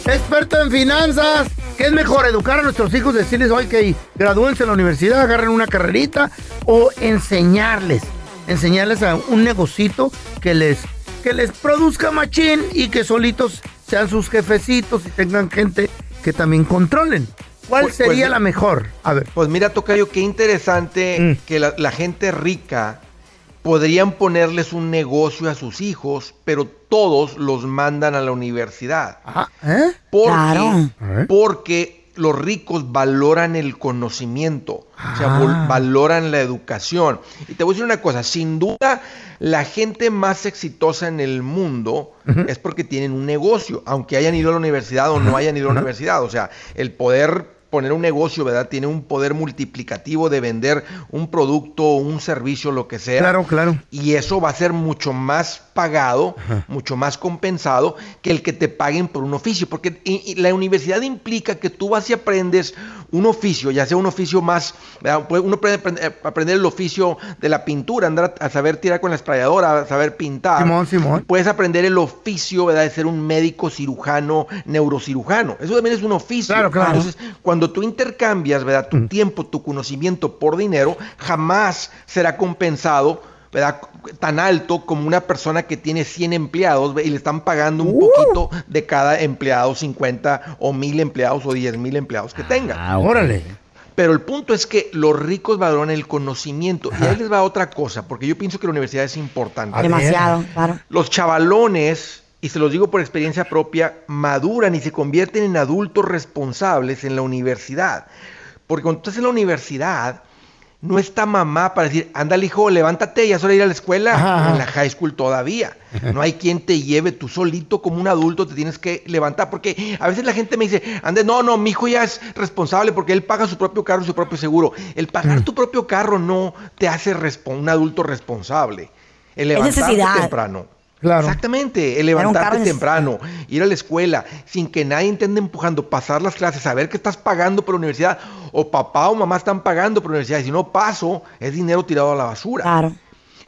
S5: experto en finanzas. Que es mejor educar a nuestros hijos, decirles hoy que gradúense en la universidad, agarren una carrerita o enseñarles, enseñarles a un negocito que les, que les produzca machín y que solitos sean sus jefecitos y tengan gente que también controlen. ¿Cuál
S23: Pues- pues
S5: sería
S23: mi-
S5: la mejor? A ver. Mm.
S23: Pues mira, Tocayo, qué interesante que la, la gente rica podrían ponerles un negocio a sus hijos, pero todos los mandan a la universidad.
S5: ¿Eh?
S23: Porque,
S29: Claro.
S23: porque los ricos valoran el conocimiento, o sea, vol-
S29: Ah.
S23: valoran la educación. Y te voy a decir una cosa, sin duda, la gente más exitosa en el mundo es porque tienen un negocio, aunque hayan ido a la universidad o no hayan ido a la universidad. O sea, el poder poner un negocio, ¿verdad? Tiene un poder multiplicativo de vender un producto, un servicio, lo que sea
S5: Claro, claro.
S23: y eso va a ser mucho más pagado,
S5: Ajá.
S23: mucho más compensado que el que te paguen por un oficio, porque i- i- la universidad implica que tú vas y aprendes un oficio, ya sea un oficio más, ¿verdad? Puede- uno puede aprend- eh, aprender el oficio de la pintura, andar a, a saber tirar con la esprayadora, a saber pintar.
S5: Simón, Simón.
S23: Puedes aprender el oficio, ¿verdad? De ser un médico, cirujano, neurocirujano. Eso también es un oficio.
S5: Claro, claro.
S23: Entonces, cuando tú intercambias, ¿verdad? Tu tiempo, tu conocimiento por dinero, jamás será compensado, ¿verdad? Tan alto como una persona que tiene 100 empleados ¿ve? y le están pagando un poquito de cada empleado, 50 o 1000 empleados o 10 mil empleados que tenga.
S5: Ah,
S3: Ah,
S5: Órale.
S23: Pero el punto es que los ricos valoran el conocimiento. Y ahí les va otra cosa, porque yo pienso que la universidad es importante.
S6: Demasiado, claro.
S23: Los chavalones, y se los digo por experiencia propia, maduran y se convierten en adultos responsables en la universidad. Porque cuando estás en la universidad, no está mamá para decir, ándale hijo, levántate, ya es hora de ir a la escuela. En la high school todavía. No hay quien te lleve, tú solito como un adulto te tienes que levantar. Porque a veces la gente me dice, ande, no, no, mi hijo ya es responsable porque él paga su propio carro y su propio seguro. El pagar tu propio carro no te hace respon- un adulto responsable. El
S6: Es
S23: levantarte
S6: necesidad.
S23: temprano. Exactamente, el
S6: Era un
S23: levantarte
S6: carro
S23: temprano, ir a la escuela, sin que nadie te ande empujando, pasar las clases, saber que estás pagando por la universidad, o papá o mamá están pagando por la universidad, y si no paso, es dinero tirado a la basura.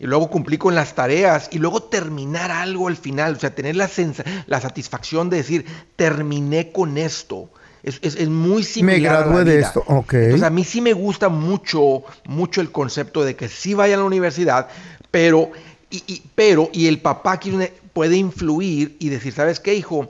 S23: Y luego cumplir con las tareas y luego terminar algo al final, o sea, tener la, sensa- la satisfacción de decir, terminé con esto. Es, es- es muy similar.
S5: Me
S23: a la
S5: gradué de
S23: vida.
S5: esto. Ok.
S23: Entonces, a mí sí me gusta mucho, mucho el concepto de que sí vaya a la universidad, pero, y, y- pero, y el papá quiere- puede influir y decir, ¿sabes qué, hijo?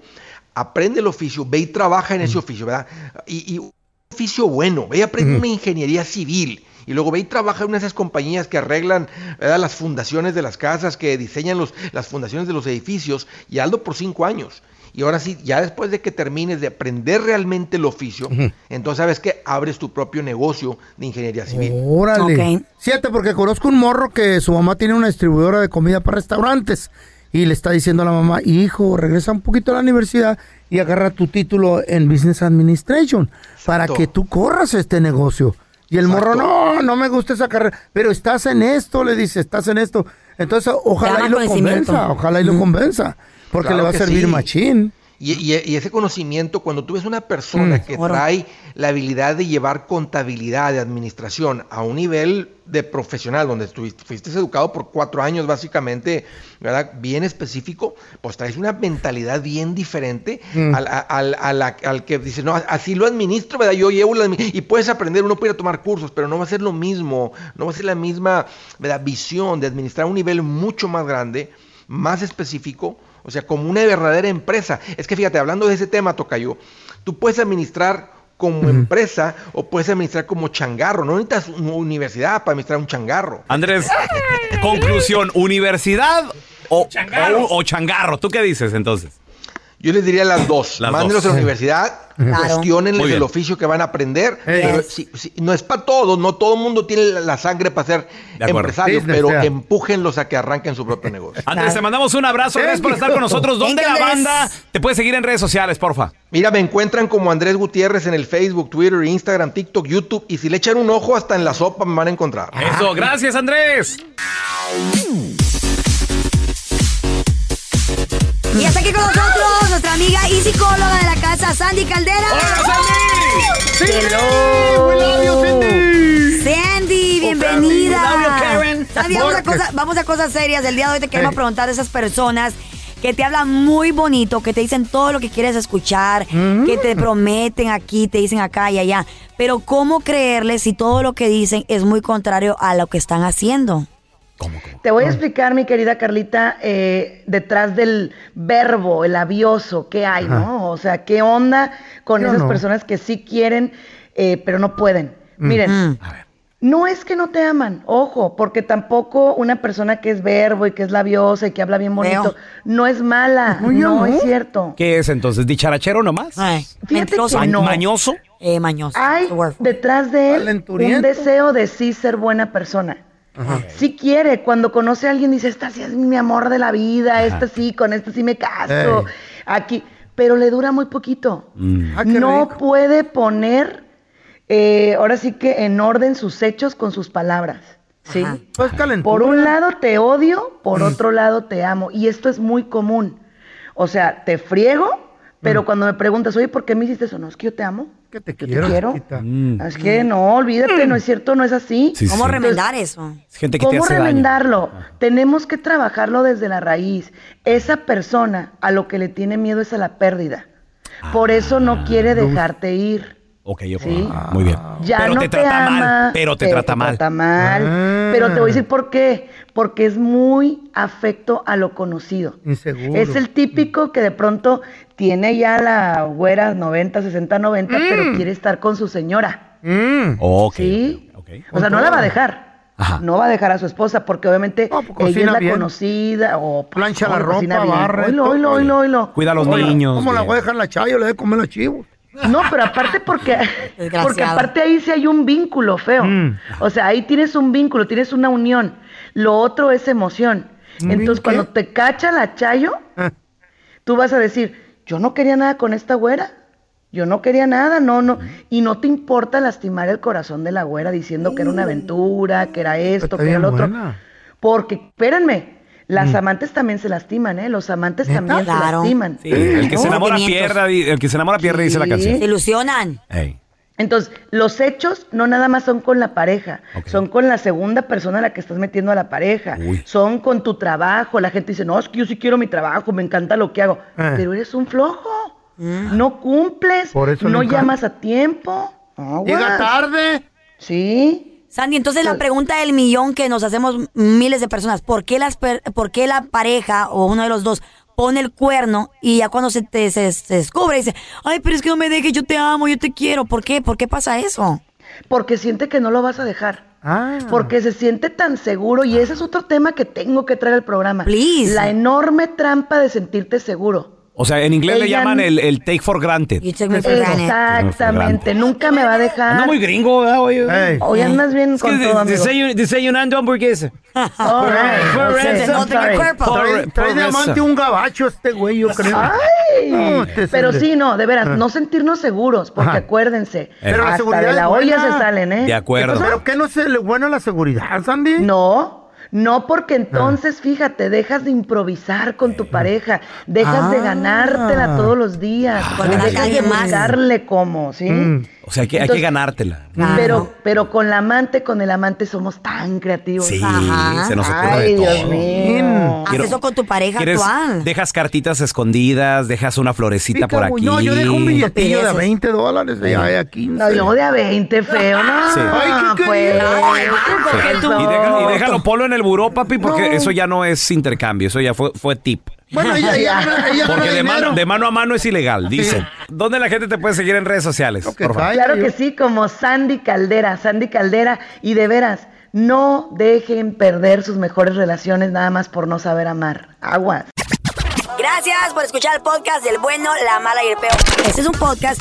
S23: Aprende el oficio, ve y trabaja en ese oficio, ¿verdad? Y, y un oficio bueno, ve y aprende
S31: Ujú.
S23: una ingeniería civil. Y luego ve y trabaja en una de esas compañías que arreglan ¿verdad? las fundaciones de las casas, que diseñan los, las fundaciones de los edificios, y hazlo por cinco años. Y ahora sí, ya después de que termines de aprender realmente el oficio,
S5: Ujú.
S23: entonces sabes que abres tu propio negocio de ingeniería civil.
S5: Órale. Siete, porque conozco un morro que su mamá tiene una distribuidora de comida para restaurantes. Y le está diciendo a la mamá, hijo, regresa un poquito a la universidad y agarra tu título en Business Administration para que tú corras este negocio. Y el morro, no, no me gusta esa carrera, pero estás en esto, le dice, estás en esto. Entonces,
S6: Da
S5: ojalá
S6: más
S5: y lo
S6: conocimiento.
S5: convenza, ojalá y lo convenza, porque
S23: Claro
S5: le va a
S23: que
S5: servir
S23: sí.
S5: machín.
S23: Y, y- y ese conocimiento, cuando tú ves una persona
S21: Mm,
S23: que
S21: ahora.
S23: trae la habilidad de llevar contabilidad, de administración a un nivel de profesional, donde estuviste, fuiste educado por cuatro años básicamente, ¿verdad? Bien específico, pues traes una mentalidad bien diferente
S21: Mm.
S23: al, a- al- a la- al que dice, no, así lo administro, ¿verdad? Yo llevo la, y puedes aprender, uno puede ir a tomar cursos, pero no va a ser lo mismo, no va a ser la misma, ¿verdad? Visión de administrar un nivel mucho más grande, más específico, o sea, como una verdadera empresa. Es que fíjate, hablando de ese tema, Tocayo, tú puedes administrar como empresa o puedes administrar como changarro, no necesitas una universidad para administrar un changarro.
S3: Andrés, conclusión, ¿universidad o changarro. O, o changarro? ¿Tú qué dices entonces?
S23: Yo les diría las dos.
S3: Las
S23: Mándenlos
S3: dos.
S23: a la universidad,
S3: Claro. Muy
S23: cuestionenles
S3: bien.
S23: el oficio que van a aprender.
S3: Ey.
S23: pero
S3: Yes.
S23: si- si- no es para todos, no todo el mundo tiene la- la sangre para ser
S3: De acuerdo.
S23: empresario,
S3: Business,
S23: pero
S3: yeah.
S23: empújenlos a que arranquen su propio negocio.
S3: Andrés, te mandamos un abrazo. Gracias por estar con nosotros. ¿Dónde la banda te puede seguir en redes sociales, porfa?
S23: Mira, me encuentran como Andrés Gutiérrez en el Facebook, Twitter, Instagram, TikTok, YouTube. Y si le echan un ojo, hasta en la sopa me van a encontrar.
S3: Eso, gracias, Andrés.
S6: Y hasta aquí con nosotros nuestra amiga y psicóloga de la casa, Sandy Caldera. Sandy! Sandy! bienvenida.
S21: we love you, Karen.
S6: Sandy, vamos a, cosa- vamos a cosas serias. El día de hoy te queremos preguntar de esas personas que te hablan muy bonito, que te dicen todo lo que quieres escuchar,
S21: Mm.
S6: que te prometen aquí, te dicen acá y allá. Pero ¿cómo creerles si todo lo que dicen es muy contrario a lo que están haciendo?
S32: Te voy a explicar, mi querida Carlita, eh, detrás del verbo, el avioso, qué hay,
S4: Ajá.
S32: ¿no? O sea, qué onda con
S4: Yo
S32: esas
S4: no.
S32: personas que sí quieren, eh, pero no pueden.
S4: Mm.
S32: Miren,
S4: Mm.
S32: no es que no te aman, ojo, porque tampoco una persona que es verbo y que es labiosa y que habla bien bonito,
S3: Feo.
S32: no es mala, no,
S3: no.
S32: es cierto.
S3: ¿Qué es entonces? ¿Dicharachero nomás?
S32: Fíjate que
S3: Ma-
S32: no.
S3: ¿Mañoso?
S6: mañoso.
S32: Hay detrás de él un
S3: Calenturiento.
S32: deseo de sí ser buena persona. Sí quiere, cuando conoce a alguien dice, esta sí es mi amor de la vida, esta sí, con esta sí me caso,
S4: Ey.
S32: aquí, pero le dura muy poquito.
S4: Mm. Ah, qué
S32: no puede poner, eh, ahora sí que en orden sus hechos con sus palabras. ¿sí? Por un lado te odio, por otro lado te amo, y esto es muy común. O sea, te friego, pero cuando me preguntas, oye, ¿por qué me hiciste eso? No, es que yo te amo.
S5: Que te
S32: quiero. Mm. Es que no, olvídate, no es cierto, no es así.
S6: Sí, ¿Cómo sí. remendar
S32: Entonces,
S6: eso?
S3: Es gente que te
S32: ¿Cómo
S3: hace daño. Ah.
S32: remendarlo? Tenemos que trabajarlo desde la raíz. Esa persona a lo que le tiene miedo es a la pérdida. Por eso
S3: Ah.
S32: no quiere dejarte ir.
S3: Ok, yo
S32: Sí.
S3: Muy bien.
S32: Ya
S3: pero
S32: no
S3: te trata
S32: ama,
S3: mal. Pero te trata mal. Ah.
S32: mal. Pero te voy a decir por qué. Porque es muy afecto a lo conocido.
S5: Inseguro.
S32: Es el típico que de pronto tiene ya la güera 90, 60, 90,
S6: Mm.
S32: pero quiere estar con su señora.
S21: Mm.
S3: Ok.
S32: ¿Sí? O sea, no la va a dejar. No va a dejar a su esposa porque obviamente ella es
S5: pues cocina
S32: la
S5: bien.
S32: conocida o
S5: Plancha
S32: o
S5: la
S32: cocina
S5: ropa,
S32: bien.
S5: barre,
S32: Oilo,
S5: todo.
S32: oilo, oilo, oilo.
S3: Cuida a los
S5: Oye,
S3: niños.
S5: ¿Cómo la
S3: bien.
S5: voy a dejar la chayo? Le voy a comer los chivos.
S32: No, pero aparte porque,
S5: Desgraciado.
S32: porque aparte ahí sí hay un vínculo feo.
S3: Mm.
S32: O sea, ahí tienes un vínculo, tienes una unión. Lo otro es emoción.
S4: ¿Un vínculo?
S32: Entonces, cuando te cacha la chayo,
S3: Ah.
S32: tú vas a decir, yo no quería nada con esta güera. Yo no quería nada, no,
S3: Mm.
S32: no. Y no te importa lastimar el corazón de la güera diciendo que era
S6: Mm.
S32: una aventura, que era esto, que era lo otro. Porque, espérenme, las
S3: Mm.
S32: amantes también se lastiman, ¿eh? Los amantes también se
S6: Claro.
S32: lastiman.
S3: Sí, el que se
S32: ¿No?
S3: enamora pierda, di- el que se enamora pierde, dice la canción.
S6: Se ilusionan.
S3: Ey.
S32: Entonces, los hechos no nada más son con la pareja, son con la segunda persona a la que estás metiendo a la pareja, son con tu trabajo. La gente dice, no, es que yo sí quiero mi trabajo, me encanta lo que hago,
S4: Eh.
S32: pero eres un flojo, no cumples,
S4: Por eso le
S32: no
S4: encanta.
S32: llamas a tiempo. Aguas.
S6: Llega
S32: tarde. Ah, Sí. Pues-
S6: Sandy, entonces la pregunta del millón que nos hacemos miles de personas, ¿por qué, las per- por qué la pareja o uno de los dos pone el cuerno y ya cuando se, te, se, se descubre dice, ay, pero es que no me dejes, yo te amo, yo te quiero, ¿por qué? ¿Por qué pasa eso?
S32: Porque siente que no lo vas a dejar.
S5: Ah.
S3: Ah.
S32: Porque se siente tan seguro y ese es otro tema que tengo que traer al programa. La enorme trampa de sentirte seguro.
S3: O sea, en inglés le
S32: Ella
S3: llaman
S32: n-
S3: el, el take for granted.
S32: Exactamente, nunca me va a dejar.
S3: Anda muy
S32: gringo,
S3: Ah, Oye,
S32: Hoy andas bien con todo, amigo. Ah.
S20: desayunando hamburguesa.
S32: All right.
S20: Por
S32: Se
S20: eso,
S32: te nota en el
S20: sorry.
S32: cuerpo.
S20: Por-
S32: Trae-
S20: por
S32: trae
S20: eso.
S32: diamante
S5: Un gabacho este güey, yo creo.
S3: Ah.
S32: Ay,
S5: No, te
S32: pero
S5: sale.
S32: sí, no, de veras,
S5: Ah.
S32: no sentirnos seguros, porque
S5: Ajá.
S3: Eh.
S32: acuérdense,
S5: Pero la
S32: hasta
S5: seguridad
S32: de
S5: es
S32: la olla
S5: buena.
S32: se salen, ¿eh?
S5: ¿Pero qué no se le buena la seguridad, Sandy?
S32: No, No, porque entonces, fíjate, dejas de improvisar con tu pareja, dejas de
S3: Eh. Ah.
S32: ganártela todos los días,
S3: Porque
S32: dejas
S3: no hay
S32: de
S3: alguien más.
S32: buscarle cómo, ¿sí?
S3: Mm. O sea, hay que, hay que
S32: Entonces-
S3: ganártela.
S32: Pero, pero con la amante, con el amante somos tan creativos.
S3: Sí, se nos ocurre
S32: Ay,
S3: de
S32: Dios
S3: todo.
S32: mío.
S3: Haz Quiero- eso
S32: con tu pareja
S3: ¿Quieres- Dejas cartitas escondidas, dejas una florecita por aquí.
S5: No, yo dejo un billetillo de 20 dólares, de ahí a 15.
S32: No, yo de a 20, feo, ¿no?
S3: Sí.
S32: Ay, qué pues,
S3: Sí.
S32: ¿qué pasó?
S3: Y, deja- y déjalo polo en el buró, papi, porque eso ya no es intercambio, eso ya fue, fue tip.
S5: Bueno, ella, ella gana- ella gana
S3: Porque de
S5: dinero.
S3: mano, de mano a mano es ilegal, dicen. ¿Dónde la gente te puede seguir en redes sociales? por favor?
S32: Claro que sí, como Sandy Caldera, Sandy Caldera, y de veras, no dejen perder sus mejores relaciones nada más por no saber amar. Aguas.
S6: Gracias por escuchar el podcast del bueno, la mala y el peo. Este es un podcast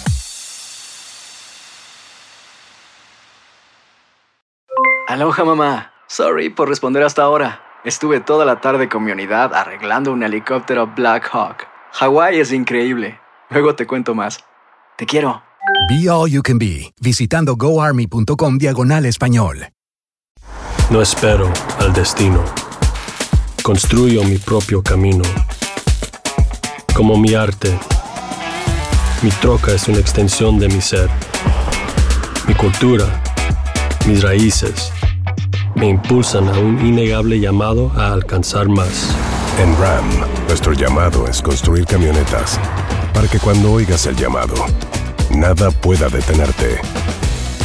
S28: Aloha mamá. Sorry por responder hasta ahora. Estuve toda la tarde con mi unidad arreglando un helicóptero Black Hawk. Hawái es increíble. Luego te cuento más. Te quiero.
S10: Be All You Can Be, visitando goarmy.com diagonal español.
S33: No espero al destino. Construyo mi propio camino. Como mi arte. Mi troca es una extensión de mi ser. Mi cultura, mis raíces, me impulsan a un innegable llamado a alcanzar más.
S22: En RAM, nuestro llamado es construir camionetas para que cuando oigas el llamado, nada pueda detenerte.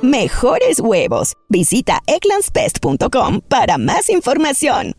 S34: Mejores huevos. Visita egglandsbest.com para más información.